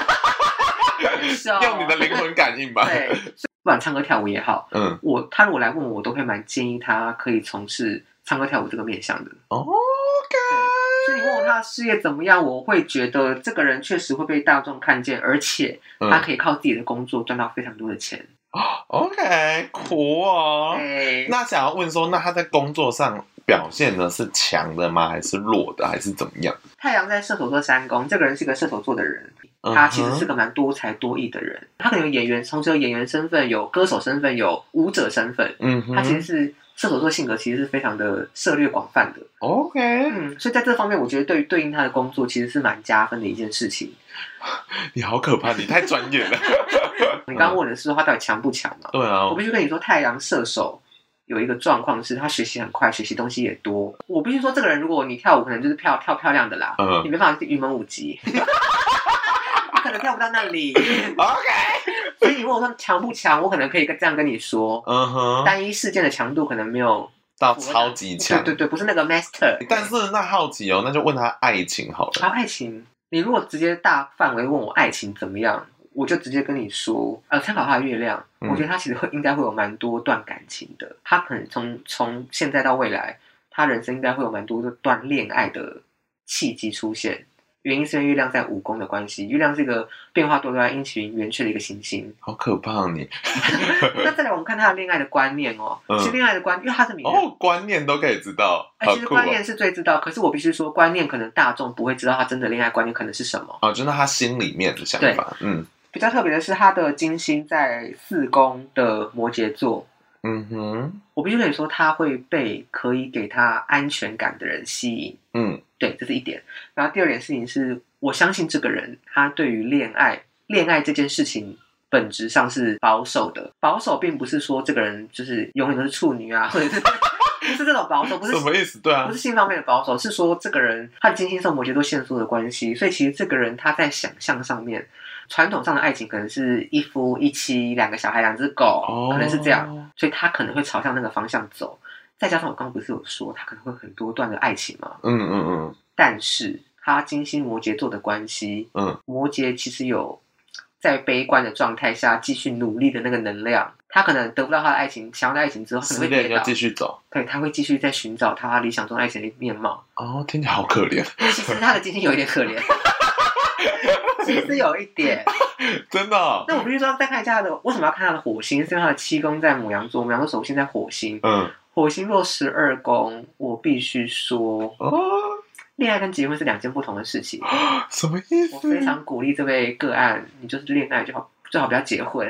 Speaker 1: 是哦
Speaker 3: 用你的灵魂感应吧。
Speaker 1: 对，不管唱歌跳舞也好，
Speaker 3: 嗯，
Speaker 1: 我他如果来问我，我都会蛮建议他可以从事唱歌跳舞这个面向的。
Speaker 3: 哦，OK，
Speaker 1: 所以你问我他的事业怎么样，我会觉得这个人确实会被大众看见，而且他
Speaker 3: 嗯
Speaker 1: 可以靠自己的工作赚到非常多的钱。
Speaker 3: ，OK，苦哦。
Speaker 1: 哎
Speaker 3: 那想要问说，那他在工作上表现呢是强的吗？还是弱的？还是怎么样？
Speaker 1: 太阳在射手座三宫，这个人是个射手座的人，他其实是
Speaker 3: 嗯哼
Speaker 1: 个蛮多才多艺的人。他可能有演员，同时有演员身份，有歌手身份，有舞者身份。
Speaker 3: 嗯哼，
Speaker 1: 他其实是射手座性格，其实是非常的涉略广泛的。
Speaker 3: OK，
Speaker 1: 嗯，所以在这方面，我觉得对于对应他的工作，其实是蛮加分的一件事情。
Speaker 3: 你好可怕，你太专 业了。
Speaker 1: 你刚刚问的是说他到底强不强嘛？
Speaker 3: 对啊
Speaker 1: 我，必须跟你说，太阳射手有一个状况是，他学习很快，学习东西也多。我必须说，这个人如果你跳舞，可能就是跳跳漂亮的啦，
Speaker 3: 嗯
Speaker 1: 你没办法是云门舞集， 你可能跳不到那里。
Speaker 3: OK，
Speaker 1: 所以你问我说强不强，我可能可以这样跟你说，
Speaker 3: 嗯哼，
Speaker 1: 单一事件的强度可能没有
Speaker 3: 到超级强
Speaker 1: 对。对对，不是那个 master。
Speaker 3: 但是那好奇哦，那就问他爱情好了。
Speaker 1: 啊，爱情，你如果直接大范围问我爱情怎么样，我就直接跟你说，呃，参考他的月亮，
Speaker 3: 嗯
Speaker 1: 我觉得他其实会应该会有蛮多段感情的，他可能从从现在到未来，他人生应该会有蛮多的段恋爱的契机出现。原因是因为月亮在五宫的关系，月亮是一个变化多端、阴晴圆缺的一个行 星。
Speaker 3: 好可怕哦你
Speaker 1: 那再来，我们看他的恋爱的观念哦，
Speaker 3: 嗯
Speaker 1: 其实恋爱的观，因为他是明月
Speaker 3: 哦，观念都可以知道，
Speaker 1: 哎，
Speaker 3: 好
Speaker 1: 其实
Speaker 3: 酷
Speaker 1: 观念
Speaker 3: 哦！
Speaker 1: 是最知道，可是我必须说，观念可能大众不会知道他真的恋爱观念可能是什么。
Speaker 3: 哦，就是他心里面的想法，嗯
Speaker 1: 比较特别的是，他的金星在四宫的摩羯座，
Speaker 3: 嗯哼，
Speaker 1: 我必须得说，他会被可以给他安全感的人吸引。
Speaker 3: 嗯
Speaker 1: 对，这是一点。然后第二点事情是，我相信这个人他对于恋爱，恋爱这件事情本质上是保守的。保守并不是说这个人就是永远都是处女啊，或者是 不是这种保守，不是
Speaker 3: 什么意思？对啊
Speaker 1: 不是，性方面的保守，是说这个人他的金星受摩羯座限缩的关系，所以其实这个人他在想象上面，传统上的爱情可能是一夫一妻，两个小孩，两只狗，
Speaker 3: 哦，
Speaker 1: 可能是这样，，所以他可能会朝向那个方向走。再加上我刚刚不是有说他可能会有很多段的爱情嘛，
Speaker 3: 嗯嗯嗯
Speaker 1: 但是他金星摩羯座的关系，
Speaker 3: 嗯，
Speaker 1: 摩羯其实有在悲观的状态下继续努力的那个能量，他可能得不到他的爱情，想要的爱情之后，他可
Speaker 3: 失
Speaker 1: 能会
Speaker 3: 恋
Speaker 1: 跌
Speaker 3: 要
Speaker 1: 倒，
Speaker 3: 继续走。
Speaker 1: 对，他会继续在寻找他理想中爱情的面貌。
Speaker 3: 哦，听起来好可怜，
Speaker 1: 其实他的金星有一点可怜，其实有一点。
Speaker 3: 真的哦。
Speaker 1: 那我必须说，再看一下他的为什么要看他的火星？是因为他的七宫在母羊座，母羊座首先在火星，
Speaker 3: 嗯
Speaker 1: 火星落十二宫，我必须说，
Speaker 3: 哦，
Speaker 1: 恋爱跟结婚是两件不同的事情。
Speaker 3: 什么意
Speaker 1: 我
Speaker 3: 思？
Speaker 1: 非常鼓励这位个案，你就是恋爱就好，最好不要结婚，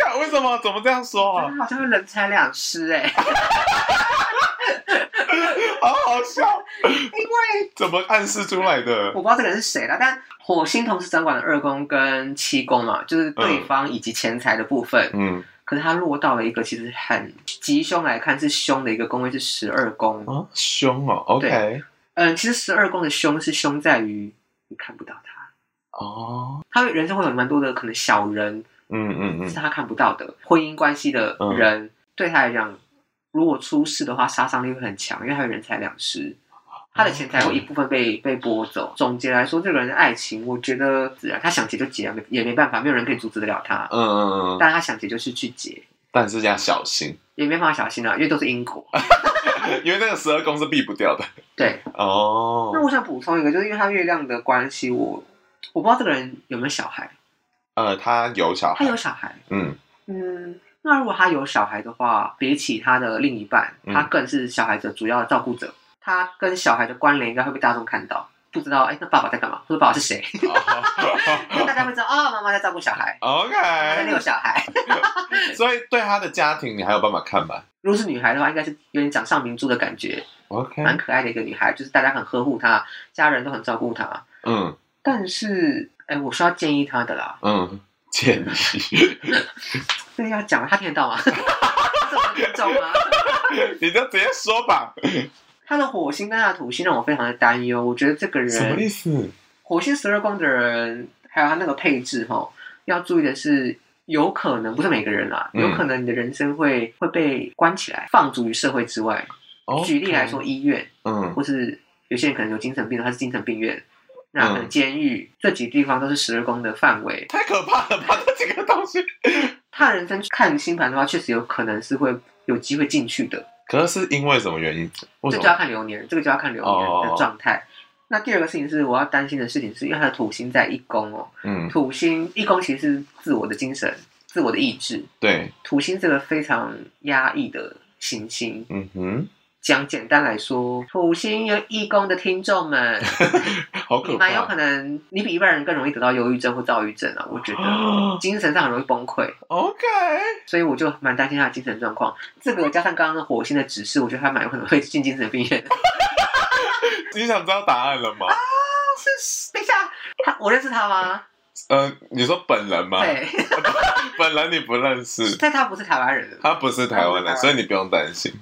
Speaker 3: 看为什么？怎么这样说 啊
Speaker 1: 真？的好像会人财两失哎、
Speaker 3: 好啊好笑，
Speaker 1: 因为
Speaker 3: 怎么暗示出来的
Speaker 1: 我？不知道这个人是谁啦，但火星同时掌管了二宫跟七宫嘛，就是对方以及钱财的部分。
Speaker 3: 嗯，
Speaker 1: 可是他落到了一个其实很吉凶来看是凶的一个宫位是十二宫。
Speaker 3: 哦，凶哦，OK，
Speaker 1: 嗯，其实十二宫的凶是凶在于你看不到他，
Speaker 3: 哦，
Speaker 1: 他人生会有蛮多的可能小人
Speaker 3: 嗯嗯
Speaker 1: 是
Speaker 3: 嗯，
Speaker 1: 他看不到的，婚姻关系的人、对他来讲，如果出事的话，杀伤力会很强，因为他有人财两失。他的钱财会一部分被被剥走。总结来说，这个人的爱情，我觉得自然他想结就结啊，没也没办法，没有人可以阻止得了他
Speaker 3: 嗯。嗯嗯嗯，
Speaker 1: 但他想结就是去结，
Speaker 3: 但是要小心，
Speaker 1: 也没办法小心啊，因为都是因果。
Speaker 3: 因为那个十二宫是避不掉的。
Speaker 1: 对，
Speaker 3: 哦
Speaker 1: 那，我想补充一个，就是因为他月亮的关系，我我不知道这个人有没有小孩，
Speaker 3: 呃，他有小
Speaker 1: 他
Speaker 3: 孩
Speaker 1: 有，小孩，
Speaker 3: 嗯
Speaker 1: 嗯，那如果他有小孩的话，比起他的另一半，
Speaker 3: 嗯
Speaker 1: 他更是小孩的主要照顾者，他跟小孩的关联应该会被大众看到，不知道哎、那爸爸在干嘛，或者爸爸是谁， 大家会知道哦，妈妈在照顾小孩，妈妈在遛
Speaker 3: 哦 ，OK，
Speaker 1: 小孩。
Speaker 3: 所以对他的家庭，你还有办法看吧
Speaker 1: 如果是女孩的话，应该是有点掌上明珠的感觉，
Speaker 3: ？OK，
Speaker 1: 蛮可爱的一个女孩，就是大家很呵护她，家人都很照顾她。
Speaker 3: 嗯
Speaker 1: 但是，哎、我是要建议她的啦，
Speaker 3: 嗯，建议，
Speaker 1: 对要讲了，他听得到吗？他 是我们听众吗？
Speaker 3: 你就直接说吧，
Speaker 1: 他的火星跟他的土星让我非常的担忧。我觉得这个
Speaker 3: 什么意
Speaker 1: 人，
Speaker 3: 思？
Speaker 1: 火星十二宫的人，还有他那个配置哈，要注意的是，有可能不是每个人啦，
Speaker 3: 嗯
Speaker 1: 有可能你的人生会会被关起来，放逐于社会之外。
Speaker 3: 哦 OK
Speaker 1: 举例来说，，医院
Speaker 3: 嗯
Speaker 1: 或是有些人可能有精神病，他是精神病院。那可能监狱、这几地方都是十二宫的范围，
Speaker 3: 太可怕了吧，这几个东西。
Speaker 1: 他人生看星盘的话，确实有可能是会有机会进去的。
Speaker 3: 可是是因为什么原因？为
Speaker 1: 这
Speaker 3: 什
Speaker 1: 就要
Speaker 3: 么？
Speaker 1: 看流年，这个就要看流年的状态。那第二个事情是我要担心的事情，是因为他的土星在一宫哦，
Speaker 3: 嗯，
Speaker 1: 土星一宫其实是自我的精神、自我的意志。
Speaker 3: 对，
Speaker 1: 土星这个非常压抑的行星，
Speaker 3: 嗯哼，
Speaker 1: 讲简单来说，土星有一宫的听众们，
Speaker 3: 好
Speaker 1: 你
Speaker 3: 可怕。
Speaker 1: 蛮有可能你比一般人更容易得到忧郁症或躁郁症啊，我觉 得。 精神上很容易崩溃，
Speaker 3: OK，
Speaker 1: 所以我就蛮担心他的精神状况。这个加上刚刚的火星的指示，我觉得他蛮有可能会进精神病院。啊
Speaker 3: 你想知道答案了吗？
Speaker 1: 是，等一下，他我认识他吗？
Speaker 3: 呃，你说本人吗？
Speaker 1: 对，
Speaker 3: 本人你不认识，
Speaker 1: 但他不是台湾人。
Speaker 3: 他不是台湾
Speaker 1: 他不是台湾
Speaker 3: 人，
Speaker 1: 人啊
Speaker 3: 所以你不用担心，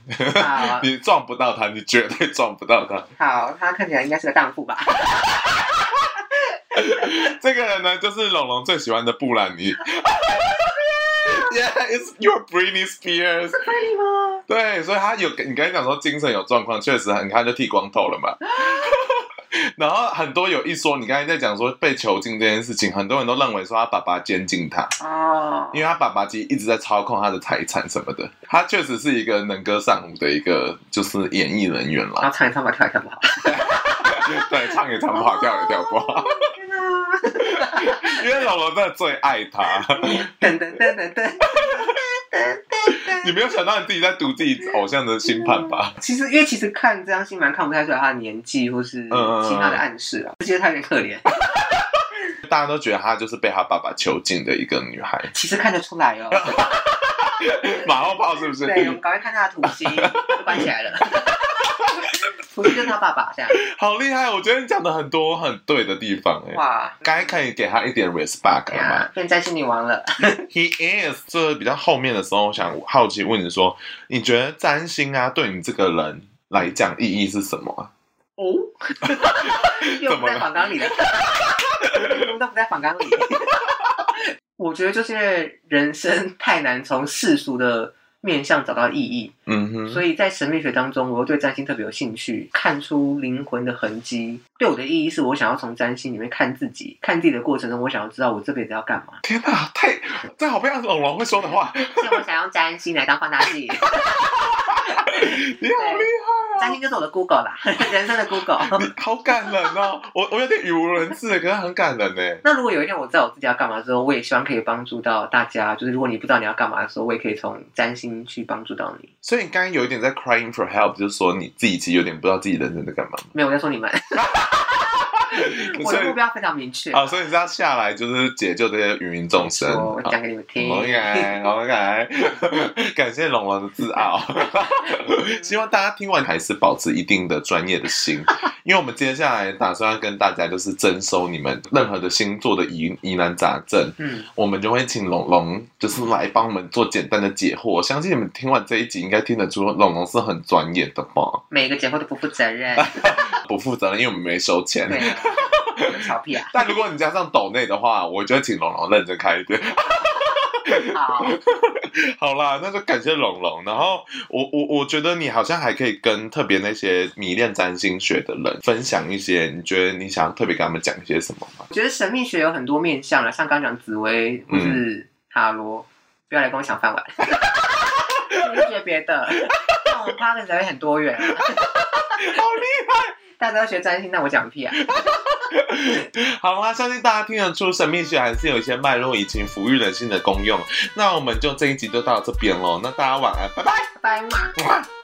Speaker 1: 好
Speaker 3: 你撞不到他，你绝对撞不到他。
Speaker 1: 好，他看起来应该是个荡妇吧？
Speaker 3: 这个人呢，就是龙龙最喜欢的布兰妮。Yeah, it's your Britney Spears。
Speaker 1: 可以吗？
Speaker 3: 对，所以他有你刚才讲说精神有状况，确实很看就剃光头 了嘛。然后很多有一说，你刚才在讲说被囚禁这件事情，很多人都认为说他爸爸监禁他，
Speaker 1: 哦，
Speaker 3: 因为他爸爸其实一直在操控他的财产什么的。他确实是一个能歌善舞的一个就是演艺人员
Speaker 1: 然
Speaker 3: 啦，
Speaker 1: 后唱一唱吧，跳一跳吧。
Speaker 3: 对，唱也唱不好，跳也跳不好，
Speaker 1: 天哪
Speaker 3: 因为龙龙真的最爱他。
Speaker 1: 噔噔噔噔噔。
Speaker 3: 你没有想到你自己在读自己偶像的星盘吧？
Speaker 1: 其实，因为其实看这张新闻看不太出来他的年纪或是
Speaker 3: 嗯
Speaker 1: 其他的暗示啊，我觉得他有点可怜。
Speaker 3: 大家都觉得她就是被她爸爸囚禁的一个女孩，
Speaker 1: 其实看得出 来哦，
Speaker 3: 马后炮是不是？
Speaker 1: 对，我们赶快看他的土星，就关起来了。 土星就是他爸爸这样，
Speaker 3: 好厉害！我觉得你讲的很多很对的地方、哎，
Speaker 1: 哇，
Speaker 3: 该可以给他一点 respect
Speaker 1: 对
Speaker 3: 了吧
Speaker 1: 啊，变占星女王了。
Speaker 3: ？He is，这比较后面的时候，我想好奇问你说，你觉得占星啊，对你这个人来讲意义是什么啊？
Speaker 1: 哦， 又不在访纲里 了，我们都不在访纲里。 我觉得就是因为人生太难从世俗的面向找到意义，
Speaker 3: 嗯哼，
Speaker 1: 所以在神秘学当中，我又对占星特别有兴趣，看出灵魂的痕迹。对我的意义是我想要从占星里面看自己，看自己的过程中，我想要知道我这辈子要干嘛。
Speaker 3: 天哪、太这好不像龙龙会说的话，
Speaker 1: 所以我想用占星来当放大 镜。
Speaker 3: 你好厉
Speaker 1: 占星就是我的 Google 啦， 人生的 Google。
Speaker 3: 害，好感人哦！我我有点语无伦次，可是很感人呢。
Speaker 1: 那如果有一天我知道我自己要干嘛之后，我也希望可以帮助到大家。就是如果你不知道你要干嘛的时候，我也可以从占星去帮助到你。
Speaker 3: 所以你刚刚有一点在 crying for help，就是说你自己其实有点不知道自己人生在干嘛。
Speaker 1: 没有，我在说你 们，我
Speaker 3: 所
Speaker 1: 的
Speaker 3: 以
Speaker 1: 目标非常明确。
Speaker 3: 啊，所以你是要下来就是解救这些芸芸众生。哦
Speaker 1: 我讲给你们听。
Speaker 3: OK OK，感谢龙龙的自 傲。希望大家听完还是保持一定的专业的心，因为我们接下来打算要跟大家就是征收你们任何的星座的疑疑难杂症，
Speaker 1: 嗯，
Speaker 3: 我们就会请龙龙就是来帮我们做简单的解惑。我相信你们听完这一集应该听得出龙龙是很专业的 吧？
Speaker 1: 每个节目都不负责 任。
Speaker 3: 不负责任，因为我们没收钱。
Speaker 1: 对啊，吵屁啊！
Speaker 3: 但如果你加上抖内的话，我就会请龙龙认真开一点。
Speaker 1: 好，
Speaker 3: 好啦，那就感谢龙龙。然后我我我觉得你好像还可以跟特别那些迷恋占星学的人分享一些，你觉得你想要特别跟他们讲一些什么吗？
Speaker 1: 我觉得神秘学有很多面向了，啊像刚讲紫薇
Speaker 3: 嗯
Speaker 1: 或是塔罗，不要来跟我抢饭碗。 我就觉得别的，那我们 p a r t 才会很多元、啊。
Speaker 3: 好厉
Speaker 1: 大家都学占星，那我讲屁啊！
Speaker 3: 害！好啦，相信大家听得出神秘学还是有一些脉络以及抚育人性的功用。那我们就这一集就到这边喽，那大家晚安，拜拜。
Speaker 1: 拜拜嘛。
Speaker 3: 哇